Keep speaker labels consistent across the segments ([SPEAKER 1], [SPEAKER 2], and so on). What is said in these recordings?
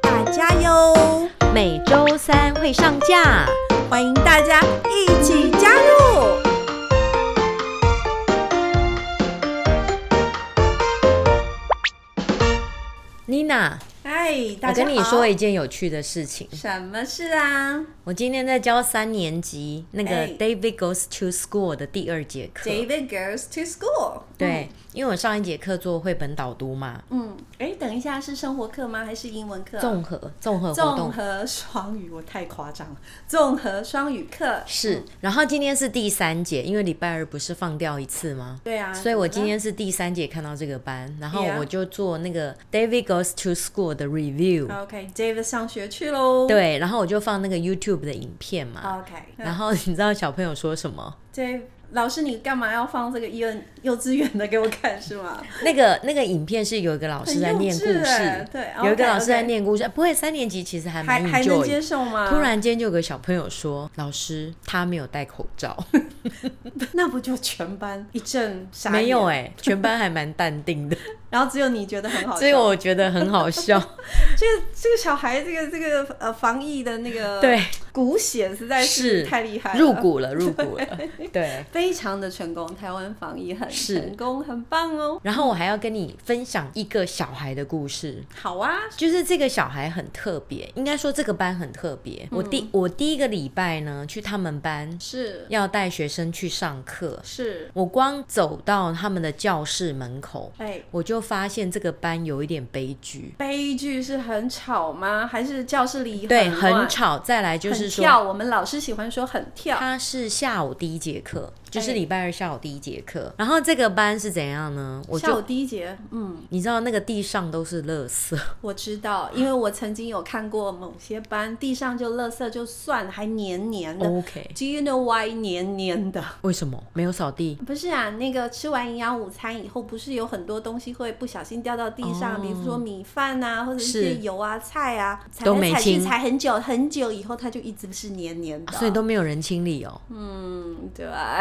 [SPEAKER 1] 大家哟，
[SPEAKER 2] 每周三会上架。
[SPEAKER 1] 欢迎大家一起加入。
[SPEAKER 2] Nina，
[SPEAKER 1] 嗨，哎大
[SPEAKER 2] 我
[SPEAKER 1] 家
[SPEAKER 2] 跟你
[SPEAKER 1] 好
[SPEAKER 2] 说一件有趣的事情。
[SPEAKER 1] 什么事啊
[SPEAKER 2] 我今天在教三年级那个
[SPEAKER 1] 哎
[SPEAKER 2] David Goes to School 的第二节课。
[SPEAKER 1] ？David goes to school。
[SPEAKER 2] 对，因为我上一节课做绘本导读嘛，
[SPEAKER 1] 嗯，哎、等一下，是生活课吗？还是英文课？
[SPEAKER 2] 综合综合活
[SPEAKER 1] 综
[SPEAKER 2] 动
[SPEAKER 1] 合双语，我太夸张了。综合双语课
[SPEAKER 2] 是。然后今天是第三节，因为礼拜二不是放掉一次吗？
[SPEAKER 1] 对啊，
[SPEAKER 2] 所以我
[SPEAKER 1] 怎
[SPEAKER 2] 今
[SPEAKER 1] 么了
[SPEAKER 2] 天是第三节看到这个班，然后
[SPEAKER 1] Yeah
[SPEAKER 2] 我就做那个 David Goes to School 的 review，、
[SPEAKER 1] 哦 OK，David、上学去喽。
[SPEAKER 2] 对，然后我就放那个 YouTube 的影片嘛。
[SPEAKER 1] ，OK 那。
[SPEAKER 2] 然后你知道小朋友说什么？
[SPEAKER 1] Dave，老师，你干嘛要放这个幼幼稚园的给我看是吗？
[SPEAKER 2] 那个 那个影片是有一个老师在念故
[SPEAKER 1] 很幼稚欸
[SPEAKER 2] 事，
[SPEAKER 1] 对
[SPEAKER 2] 有一个
[SPEAKER 1] OK，
[SPEAKER 2] 老师在
[SPEAKER 1] OK
[SPEAKER 2] 念故事。不会，三年级其实还
[SPEAKER 1] 还
[SPEAKER 2] 蛮
[SPEAKER 1] 还能接啊
[SPEAKER 2] enjoy 的。
[SPEAKER 1] 受吗？
[SPEAKER 2] 突，然间就有个小朋友说：“老师，他没有戴口 罩。
[SPEAKER 1] 那不就全班一阵”傻眼
[SPEAKER 2] 没有？哎、全班还蛮淡定的，
[SPEAKER 1] 然后只有你觉得很好笑，
[SPEAKER 2] 所以我觉得很好笑。
[SPEAKER 1] 这个这个小孩，这个这个呃防疫的那个
[SPEAKER 2] 对，
[SPEAKER 1] 骨血实在
[SPEAKER 2] 是
[SPEAKER 1] 太厉害了，
[SPEAKER 2] 入股 了，入股了，对。
[SPEAKER 1] 非常的成功，台湾防疫很
[SPEAKER 2] 是
[SPEAKER 1] 成功，很棒哦。
[SPEAKER 2] 然后我还要跟你分享一个小孩的故事，
[SPEAKER 1] 好啊，
[SPEAKER 2] 就是这个小孩很特别，应该说这个班很特别。
[SPEAKER 1] 嗯
[SPEAKER 2] 我第我第一个礼拜呢，去他们班
[SPEAKER 1] 是
[SPEAKER 2] 要带学生去上课，
[SPEAKER 1] 是，
[SPEAKER 2] 我光走到他们的教室门口，
[SPEAKER 1] 哎，
[SPEAKER 2] 我就发现这个班有一点悲剧，
[SPEAKER 1] 悲剧是很吵吗？还是教室里
[SPEAKER 2] 对，
[SPEAKER 1] 乱
[SPEAKER 2] 很，吵。再来就是
[SPEAKER 1] 很
[SPEAKER 2] 说，
[SPEAKER 1] 跳，我们老师喜欢说很跳，
[SPEAKER 2] 他是下午第一节课，就是礼拜二下午第一节课。然后这个班是怎样呢？我
[SPEAKER 1] 哎下午
[SPEAKER 2] 就
[SPEAKER 1] 第一节，嗯，
[SPEAKER 2] 你知道那个地上都是垃圾。
[SPEAKER 1] 我知道，因为我曾经有看过某些班地上就垃圾就算了，还黏黏的。
[SPEAKER 2] OK，
[SPEAKER 1] Do you know why 黏黏的？
[SPEAKER 2] 为什么没有扫地？
[SPEAKER 1] 不是啊，那个吃完营养午餐以后，不是有很多东西会不小心掉到地上，
[SPEAKER 2] 哦
[SPEAKER 1] 比如说米饭啊，或者一
[SPEAKER 2] 是
[SPEAKER 1] 些油啊、菜啊，踩
[SPEAKER 2] 都
[SPEAKER 1] 来
[SPEAKER 2] 没
[SPEAKER 1] 踩去
[SPEAKER 2] 清啊
[SPEAKER 1] 踩很久很久以后，它就一直是黏黏的。
[SPEAKER 2] 所以都没有人清 理哦。
[SPEAKER 1] 嗯，对吧？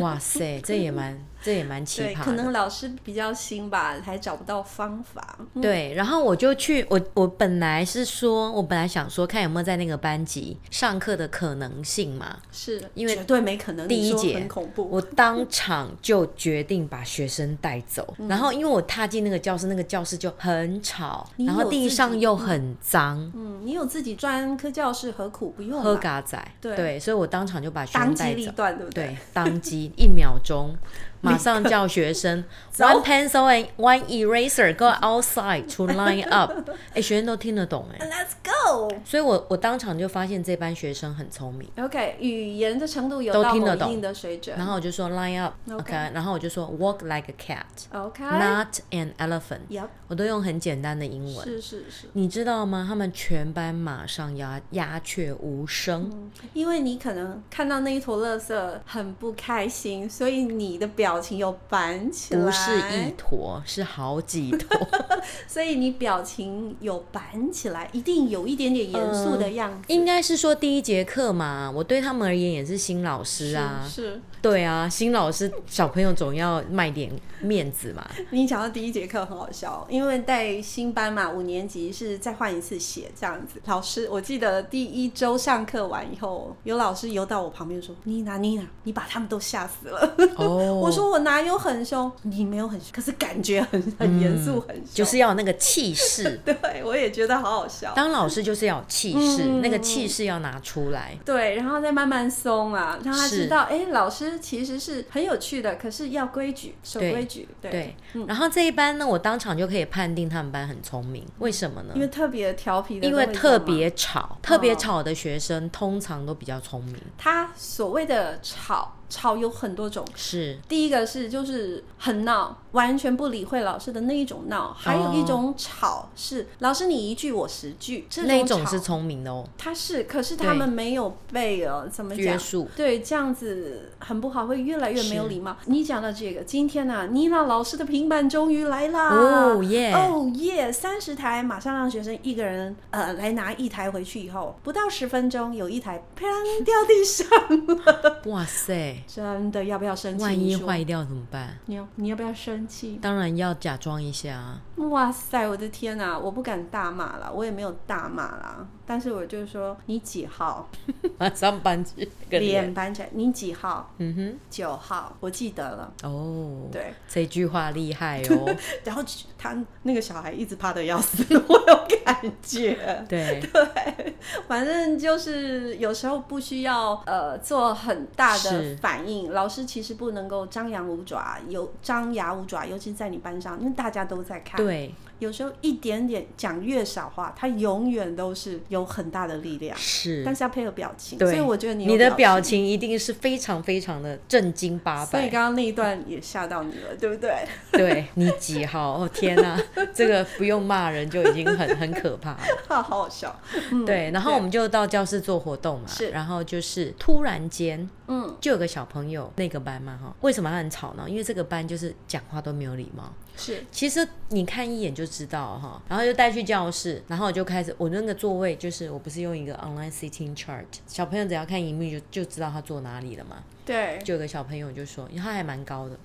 [SPEAKER 2] 哇塞，这也蛮这也蛮奇
[SPEAKER 1] 对，
[SPEAKER 2] 葩
[SPEAKER 1] 可能
[SPEAKER 2] 的。
[SPEAKER 1] 老师比较新吧，还找不到方法。嗯
[SPEAKER 2] 对，然后我就去，我我本来是说，我本来想说看有没有在那个班级上课的可能性嘛。
[SPEAKER 1] 是
[SPEAKER 2] 因为
[SPEAKER 1] 绝对没可能，
[SPEAKER 2] 第一
[SPEAKER 1] 你说
[SPEAKER 2] 节
[SPEAKER 1] 很恐怖。
[SPEAKER 2] 我当场就决定把学生带走，
[SPEAKER 1] 嗯
[SPEAKER 2] 然后因为我踏进那个教室，那个教室就很吵，
[SPEAKER 1] 你有
[SPEAKER 2] 然后地
[SPEAKER 1] 自
[SPEAKER 2] 上
[SPEAKER 1] 己
[SPEAKER 2] 又很脏，
[SPEAKER 1] 嗯，你有自己专科教室，何苦不用
[SPEAKER 2] 喝
[SPEAKER 1] 嘛？
[SPEAKER 2] 嘎仔，
[SPEAKER 1] 对
[SPEAKER 2] 对，所以我当场就把学
[SPEAKER 1] 当
[SPEAKER 2] 生
[SPEAKER 1] 机
[SPEAKER 2] 带
[SPEAKER 1] 立
[SPEAKER 2] 走。
[SPEAKER 1] 断，对不
[SPEAKER 2] 对，当机一秒钟， 马上叫学生 one pencil and one eraser go outside to line up。哎、学生都听得懂哎、
[SPEAKER 1] ？Let's go。
[SPEAKER 2] 所以我我当场就发现这班学生很聪明，
[SPEAKER 1] OK，语言的程度有
[SPEAKER 2] 都
[SPEAKER 1] 到
[SPEAKER 2] 听
[SPEAKER 1] 某
[SPEAKER 2] 得
[SPEAKER 1] 一
[SPEAKER 2] 懂
[SPEAKER 1] 定的水准
[SPEAKER 2] 然。后我就说
[SPEAKER 1] OK
[SPEAKER 2] line up，OK，、然后我就说 walk like a cat，not
[SPEAKER 1] OK，
[SPEAKER 2] an elephant，
[SPEAKER 1] Yep，
[SPEAKER 2] 我都用很简单的英文。
[SPEAKER 1] 是是是，
[SPEAKER 2] 你知道吗？他们全班马上鸦鸦雀无声。
[SPEAKER 1] 因为你可能看到那一坨垃圾很不开心，所以你的表情有板起来，
[SPEAKER 2] 不是一坨，是好几坨。
[SPEAKER 1] 所以你表情有板起来，一定有一点点严肃
[SPEAKER 2] 嗯
[SPEAKER 1] 的样子。
[SPEAKER 2] 应该是说第一节课嘛，我对他们而言也是新老师啊，
[SPEAKER 1] 是
[SPEAKER 2] 对啊，新老师小朋友总要卖点面 子嘛，
[SPEAKER 1] 是你讲到第一节课很好笑，因为带新班嘛，五年级是再换一次血这样子。老师，我记得第一周上课完以后，有老师游到我旁边说：“妮娜，妮娜，你把他们都吓死了。”
[SPEAKER 2] 哦，
[SPEAKER 1] 我说我哪有很凶，你没有很凶，可是感觉很很严肃，很凶。，
[SPEAKER 2] 就是要有那个气势
[SPEAKER 1] 对，我也觉得好好笑。
[SPEAKER 2] 当老师就是要有气势，
[SPEAKER 1] 嗯
[SPEAKER 2] 那个气势要拿出来，
[SPEAKER 1] 对，然后再慢慢松啊，让他
[SPEAKER 2] 是
[SPEAKER 1] 知道，哎，老师其实是很有趣的，可是要规矩，守
[SPEAKER 2] 对
[SPEAKER 1] 规矩。对，嗯
[SPEAKER 2] 对。然后这一班呢，我当场就可以判定他们班很聪明，为什么呢
[SPEAKER 1] 嗯因？为特别调皮的，
[SPEAKER 2] 因为特，别
[SPEAKER 1] 嗯
[SPEAKER 2] 吵，特别吵的学生通常都比较聪明。
[SPEAKER 1] 他所谓的吵吵有很多种。
[SPEAKER 2] 是
[SPEAKER 1] 第一个是就是很闹，完全不理会老师的那一种闹；还有一种吵是老师你一句我十句，这
[SPEAKER 2] 哦那一
[SPEAKER 1] 种
[SPEAKER 2] 种
[SPEAKER 1] 吵
[SPEAKER 2] 是聪明的哦，
[SPEAKER 1] 他是，可是他
[SPEAKER 2] 对
[SPEAKER 1] 们没有被呃怎么
[SPEAKER 2] 约
[SPEAKER 1] 讲？
[SPEAKER 2] 束
[SPEAKER 1] 对，这样子很不好，会越来越没有
[SPEAKER 2] 是
[SPEAKER 1] 礼貌。你讲到这个，今天呢、妮娜老师的平板终于来啦！
[SPEAKER 2] 哦耶
[SPEAKER 1] 啊哦耶！三十台马上让学生一个人呃来拿一台回去以后，不到十分钟，有一台砰 掉地上，
[SPEAKER 2] 哇塞，
[SPEAKER 1] 真的要不要生气？
[SPEAKER 2] 万
[SPEAKER 1] 你
[SPEAKER 2] 一
[SPEAKER 1] 说
[SPEAKER 2] 坏掉怎么办？
[SPEAKER 1] 你要你要不要生气？
[SPEAKER 2] 当然要假装一 下啊。
[SPEAKER 1] 哇塞，我的天呐、我不敢大骂啦，我也没有大骂啦，但是我就说你几号，
[SPEAKER 2] 马上搬去跟
[SPEAKER 1] 脸板起来，你几号？
[SPEAKER 2] 嗯
[SPEAKER 1] 九号，我记得了。
[SPEAKER 2] 哼，哦，
[SPEAKER 1] 对，
[SPEAKER 2] 这句话厉害哦，
[SPEAKER 1] 然后他那个小孩一直怕的要死， 我有感觉。
[SPEAKER 2] 对，
[SPEAKER 1] 对， 反正就是有时候不需要呃做很大的
[SPEAKER 2] 是
[SPEAKER 1] 反应，老师其实不能够张扬五爪，有张牙舞爪，尤其在你班上，因为大家都在看。
[SPEAKER 2] 对，
[SPEAKER 1] 有时候一点点讲越少话，他永远都是有很大的力量，
[SPEAKER 2] 是
[SPEAKER 1] 但。是要配合表情。
[SPEAKER 2] 对，
[SPEAKER 1] 所以我觉得你有
[SPEAKER 2] 你的
[SPEAKER 1] 表
[SPEAKER 2] 表情一定是非常非常的震惊八
[SPEAKER 1] 所以
[SPEAKER 2] 百。
[SPEAKER 1] 刚刚那一段也吓到你了，对不对？
[SPEAKER 2] 对你几号？哦天哪、 这个不用骂人就已经很 很可怕了。
[SPEAKER 1] 好好笑。
[SPEAKER 2] 对，然后我们就到教室做活动嘛，
[SPEAKER 1] 嗯是
[SPEAKER 2] 然后就是突然间
[SPEAKER 1] 嗯，
[SPEAKER 2] 就有个小朋友那个班嘛哈，为什么他很吵呢？因为这个班就是讲话都没有礼貌。
[SPEAKER 1] 是
[SPEAKER 2] 其实你看一眼就知道哈，然后就带去教室，然后我就开始我那个座位就是我不是用一个 online seating chart，小朋友只要看荧幕就就知道他坐哪里了嘛。
[SPEAKER 1] 对，
[SPEAKER 2] 就有个小朋友就说，因为他还蛮高的，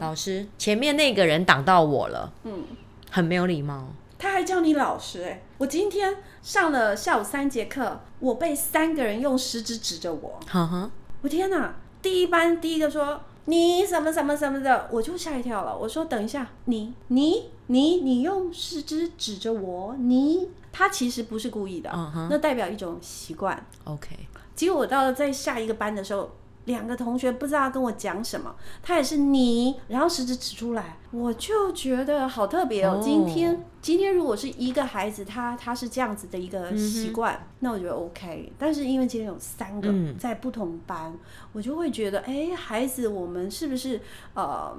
[SPEAKER 2] 老师前面那个人挡到我了，
[SPEAKER 1] 嗯。
[SPEAKER 2] 很没有礼貌。
[SPEAKER 1] 他还叫你老师哎、我今天上了下午三节课，我被三个人用食指指着我，
[SPEAKER 2] 哈哈，
[SPEAKER 1] 我天哪！第一班第一个说你什么什么什么的，我就吓一跳了。我说等一下，你你你你用食指指着我，你他其实不是故意的
[SPEAKER 2] 嗯哼
[SPEAKER 1] 那代表一种习惯。
[SPEAKER 2] ，OK，
[SPEAKER 1] 结果我到了在下一个班的时候，两个同学不知道跟我讲什么，他也是你，然后食指指出来，我就觉得好特别哦。
[SPEAKER 2] 哦
[SPEAKER 1] 今天今天如果是一个孩子，他他是这样子的一个习惯，那我觉得 OK。但是因为今天有三个
[SPEAKER 2] 嗯
[SPEAKER 1] 在不同班，我就会觉得，哎，孩子，我们是不是呃，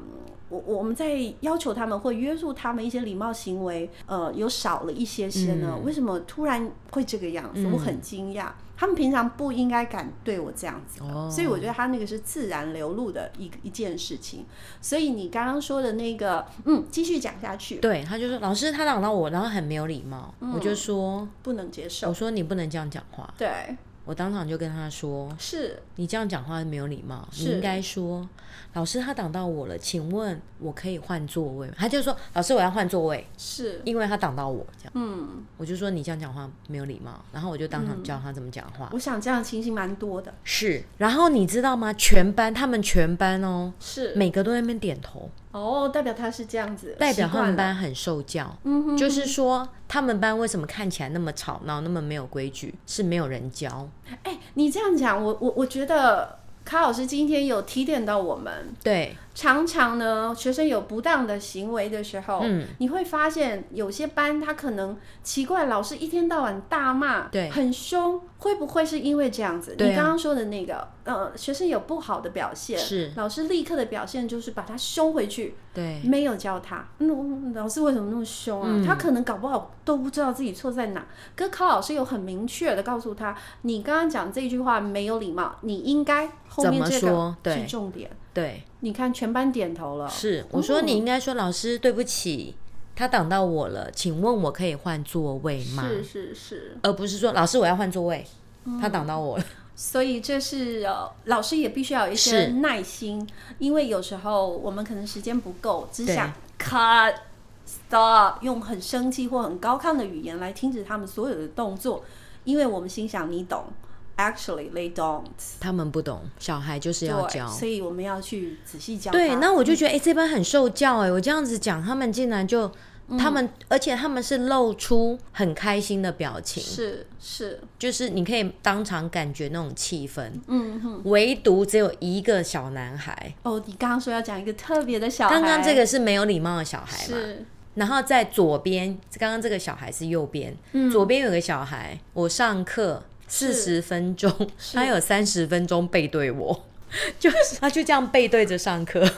[SPEAKER 1] 我我们在要求他们或约束他们一些礼貌行为，呃，有少了一些些呢？
[SPEAKER 2] 嗯
[SPEAKER 1] 为什么突然会这个样子？我很惊讶，他们平常不应该敢对我这样子的，
[SPEAKER 2] 哦
[SPEAKER 1] 所以我觉得他那个是自然流露的一一件事情。所以你刚刚说的那个，嗯，继续讲下去，
[SPEAKER 2] 对，他就说老师他挡到我，然后很没有礼貌，我就说，
[SPEAKER 1] 不能接嗯受
[SPEAKER 2] 我，说你不能这样讲话，
[SPEAKER 1] 对，
[SPEAKER 2] 我当场就跟他说，
[SPEAKER 1] 是
[SPEAKER 2] 你这样讲话没有礼貌，你
[SPEAKER 1] 是
[SPEAKER 2] 应该说，老师他挡到我了，请问我可以换座位吗？他就说，老师我要换座位，
[SPEAKER 1] 是，
[SPEAKER 2] 因为他挡到我，这样，
[SPEAKER 1] 嗯，
[SPEAKER 2] 我就说你这样讲话没有礼貌，然后我就当场教他怎么讲话。
[SPEAKER 1] 我想这样的情形蛮多的，
[SPEAKER 2] 是，然后你知道吗？全班他们全班哦，
[SPEAKER 1] 是，
[SPEAKER 2] 每个都在那边点头，
[SPEAKER 1] 哦，代表他是这样子，
[SPEAKER 2] 代表
[SPEAKER 1] 习
[SPEAKER 2] 他
[SPEAKER 1] 惯
[SPEAKER 2] 们
[SPEAKER 1] 了，
[SPEAKER 2] 班很受教。
[SPEAKER 1] 嗯哼，
[SPEAKER 2] 就是说，他们班为什么看起来那么吵闹，那么没有规矩，是没有人教。
[SPEAKER 1] 哎、你这样讲，我我我觉得卡老师今天有提点到我们，
[SPEAKER 2] 对，
[SPEAKER 1] 常常呢，学生有不当的行为的时候，
[SPEAKER 2] 嗯
[SPEAKER 1] 你会发现有些班他可能奇怪，老师一天到晚大骂，
[SPEAKER 2] 对
[SPEAKER 1] 很凶，会不会是因为这样子？
[SPEAKER 2] 对啊
[SPEAKER 1] 你刚刚说的那个，呃，学生有不好的表现，
[SPEAKER 2] 是
[SPEAKER 1] 老师立刻的表现就是把他凶回去，
[SPEAKER 2] 对，嗯
[SPEAKER 1] 没有教他，嗯，老师为什么那么凶啊？他可能搞不好都不知道自己错在哪。可考老师有很明确的告诉他，你刚刚讲这句话没有礼貌，你应该后面这
[SPEAKER 2] 怎么
[SPEAKER 1] 个
[SPEAKER 2] 说对
[SPEAKER 1] 是重点。
[SPEAKER 2] 对，
[SPEAKER 1] 你看，全班点头了，
[SPEAKER 2] 是。我说你应该说，老师对不起，他挡到我了，请问我可以换座位吗？
[SPEAKER 1] 是
[SPEAKER 2] 嗯
[SPEAKER 1] 是是，
[SPEAKER 2] 而不是说老师我要换座位，他挡到我了。
[SPEAKER 1] 所以这是呃，老师也必须要有一些
[SPEAKER 2] 是
[SPEAKER 1] 耐心，因为有时候我们可能时间不够，只
[SPEAKER 2] 对
[SPEAKER 1] 想 cut stop，用很生气或很高亢的语言来停止他们所有的动作，因为我们心想你懂，actually they don't，
[SPEAKER 2] 他们不懂，小孩就是要
[SPEAKER 1] 对，
[SPEAKER 2] 教。
[SPEAKER 1] 所以我们要去仔细教他。
[SPEAKER 2] 对，那我就觉得，哎、这班很受教、哎，我这样子讲，他们竟然就，他们，而且他们是露出很开心的表情，
[SPEAKER 1] 是是，
[SPEAKER 2] 就是你可以当场感觉那种气氛，
[SPEAKER 1] 嗯哼，
[SPEAKER 2] 唯独只有一个小男孩，
[SPEAKER 1] 哦，你刚刚说要讲一个特别的小孩，
[SPEAKER 2] 刚刚这个是没有礼貌的小孩嘛，
[SPEAKER 1] 是
[SPEAKER 2] 然后在左边，刚刚这个小孩是右边，左边有个小孩，我上课。四十分钟，他有三十分钟背对我， 就是他就这样背对着上课。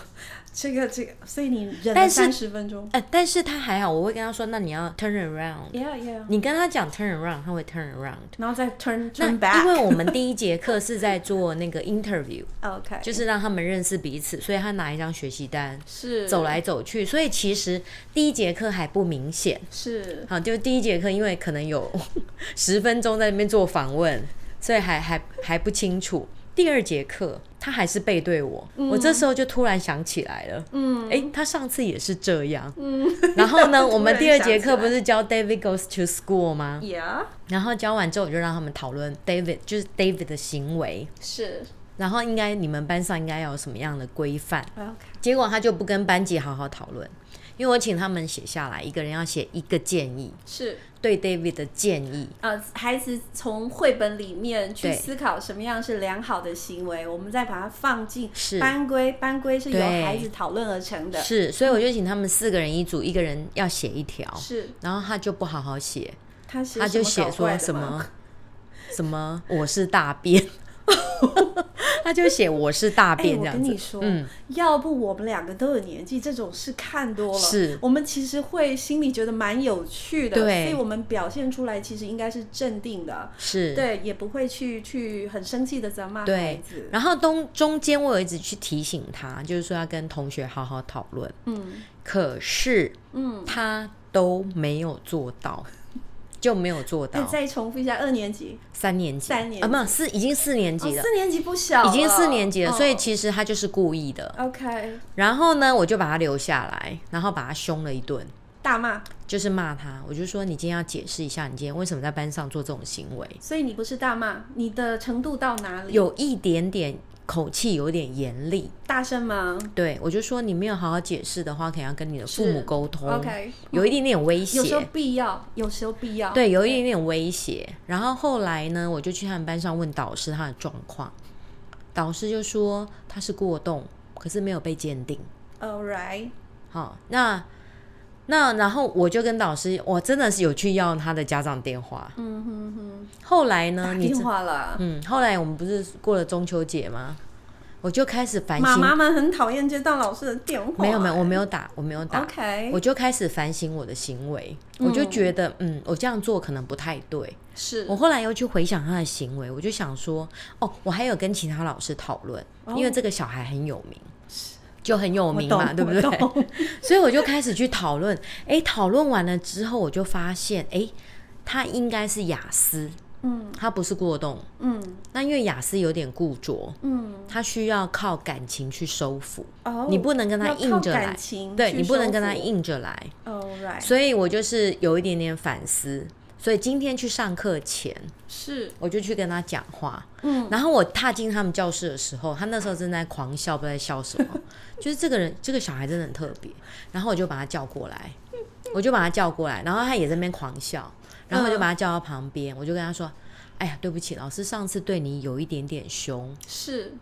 [SPEAKER 1] 这个这个，所以你忍了
[SPEAKER 2] 但是
[SPEAKER 1] 三十分钟。
[SPEAKER 2] 哎、但是他还好，我会跟他说，那你要 turn around。
[SPEAKER 1] Yeah, yeah。
[SPEAKER 2] 你跟他讲 turn around，他会 turn around。
[SPEAKER 1] 然后再 turn turn
[SPEAKER 2] 那
[SPEAKER 1] back。
[SPEAKER 2] 因为我们第一节课是在做那个 interview，
[SPEAKER 1] OK，
[SPEAKER 2] 就是让他们认识彼此，所以他拿一张学习单
[SPEAKER 1] 是
[SPEAKER 2] 走来走去，所以其实第一节课还不明显。
[SPEAKER 1] 是
[SPEAKER 2] 好，就第一节课，因为可能有 十分钟在那边做访问，所以还还还不清楚。第二节课他还是背对我，我这时候就突然想起来了，嗯，哎、他上次也是这样，嗯。然 后呢，我们第二节课不是教 David goes to school 吗？
[SPEAKER 1] ，Yeah，
[SPEAKER 2] 然后教完之后，我就让他们讨论 David 就是 David 的行为，
[SPEAKER 1] 是
[SPEAKER 2] 然后应该你们班上应该要有什么样的规范？
[SPEAKER 1] OK，
[SPEAKER 2] 结果他就不跟班级好好讨论，因为我请他们写下来，一个人要写一个建议，
[SPEAKER 1] 是
[SPEAKER 2] 对 David 的建议。
[SPEAKER 1] 呃，孩子从绘本里面去
[SPEAKER 2] 对
[SPEAKER 1] 思考什么样是良好的行为，我们再把它放进
[SPEAKER 2] 是
[SPEAKER 1] 班规，班规是由
[SPEAKER 2] 对
[SPEAKER 1] 孩子讨论而成的，
[SPEAKER 2] 是，所以我就请他们四个人一组，一个人要写一条，
[SPEAKER 1] 是
[SPEAKER 2] 然后他就不好好写，
[SPEAKER 1] 他写
[SPEAKER 2] 他
[SPEAKER 1] 什
[SPEAKER 2] 就
[SPEAKER 1] 么
[SPEAKER 2] 写
[SPEAKER 1] 搞怪
[SPEAKER 2] 说
[SPEAKER 1] 的
[SPEAKER 2] 什
[SPEAKER 1] 吗
[SPEAKER 2] 么什么我是大便， 他就写我是大
[SPEAKER 1] 哎、
[SPEAKER 2] 便
[SPEAKER 1] 我
[SPEAKER 2] 这样
[SPEAKER 1] 跟
[SPEAKER 2] 子。嗯
[SPEAKER 1] 你说，要不我们两个都有年纪，这种事看多了，
[SPEAKER 2] 是
[SPEAKER 1] 我们其实会心里觉得蛮有趣的，
[SPEAKER 2] 对
[SPEAKER 1] 所以我们表现出来其实应该是镇定的，
[SPEAKER 2] 是，
[SPEAKER 1] 对，也不会去去很生气的责骂孩
[SPEAKER 2] 对
[SPEAKER 1] 子，，
[SPEAKER 2] 然后中中间我有一直去提醒他，就是说要跟同学好好讨论，
[SPEAKER 1] 嗯
[SPEAKER 2] 可是
[SPEAKER 1] 嗯。
[SPEAKER 2] 他都没有做到，就没有做
[SPEAKER 1] 哎
[SPEAKER 2] 到。
[SPEAKER 1] 再重复一下，二年级、
[SPEAKER 2] 三年级，
[SPEAKER 1] 三年级
[SPEAKER 2] 啊，不是已经四年级
[SPEAKER 1] 哦
[SPEAKER 2] 了，
[SPEAKER 1] 四年级不小了，
[SPEAKER 2] 已经四年级了，
[SPEAKER 1] 哦
[SPEAKER 2] 所以其实他就是故意的。
[SPEAKER 1] OK
[SPEAKER 2] 然后呢，我就把他留下来，然后把他凶了一顿，
[SPEAKER 1] 大骂。
[SPEAKER 2] 就是骂他。我就说你今天要解释一下，你今天为什么在班上做这种行为，
[SPEAKER 1] 所以你不是大骂，你的程度到哪里？
[SPEAKER 2] 有一点点口气有点严厉。
[SPEAKER 1] 大声吗
[SPEAKER 2] 对我就说你没有好好解释的话，可能要跟你的父母沟通。
[SPEAKER 1] ？OK，
[SPEAKER 2] 有一点点威
[SPEAKER 1] 有时候
[SPEAKER 2] 胁，
[SPEAKER 1] 必要，有时候必要。
[SPEAKER 2] 对，有一点点威胁。然后后来呢，我就去他们班上问导师他的状况，导师就说他是过动，可是没有被鉴定。
[SPEAKER 1] ，All right，
[SPEAKER 2] 好，那那然后我就跟导师，我真的是有去要他的家长电话。
[SPEAKER 1] 嗯哼哼，
[SPEAKER 2] 后来呢，
[SPEAKER 1] 打
[SPEAKER 2] 你
[SPEAKER 1] 电
[SPEAKER 2] 知
[SPEAKER 1] 话了。
[SPEAKER 2] 嗯，后来我们不是过了中秋节吗？我就开始反
[SPEAKER 1] 妈
[SPEAKER 2] 省，
[SPEAKER 1] 妈们很讨厌接到老师的电话。
[SPEAKER 2] 没有没有，我没有打，我没有打。
[SPEAKER 1] OK，
[SPEAKER 2] 我就开始反省我的行为，我就觉得，嗯，我这样做可能不太对。
[SPEAKER 1] 是
[SPEAKER 2] 我后来又去回想他的行为，我就想说，哦，我还有跟其他老师讨论，因为这个小孩很有名，就很有
[SPEAKER 1] 哦我
[SPEAKER 2] 名
[SPEAKER 1] 懂
[SPEAKER 2] 嘛，对不对？
[SPEAKER 1] 我懂
[SPEAKER 2] 所以我就开始去讨论，诶，讨论完了之后，我就发现，诶，他应该是雅思，
[SPEAKER 1] 嗯，
[SPEAKER 2] 他不是过动。
[SPEAKER 1] 嗯
[SPEAKER 2] 那因为雅思有点固着，
[SPEAKER 1] 嗯，
[SPEAKER 2] 他需要靠感情去收服，
[SPEAKER 1] 哦，
[SPEAKER 2] 你不能跟他
[SPEAKER 1] 要靠
[SPEAKER 2] 硬着来
[SPEAKER 1] 感情，
[SPEAKER 2] 对你不能跟他。硬着来。
[SPEAKER 1] All right，
[SPEAKER 2] 所以我就是有一点点反思，所以今天去上课前，
[SPEAKER 1] 是
[SPEAKER 2] 我就去跟他讲话，
[SPEAKER 1] 嗯，
[SPEAKER 2] 然后我踏进他们教室的时候，他那时候正在狂笑，不知道在笑什么， 就是这个人，这个小孩真的很特别。然后我就把他叫过来，我就把他叫过来，然后他也在那边狂笑，然后我就把他叫到旁边，我就跟他说：“哎呀，对不起，老师上次对你有一点点凶，
[SPEAKER 1] 是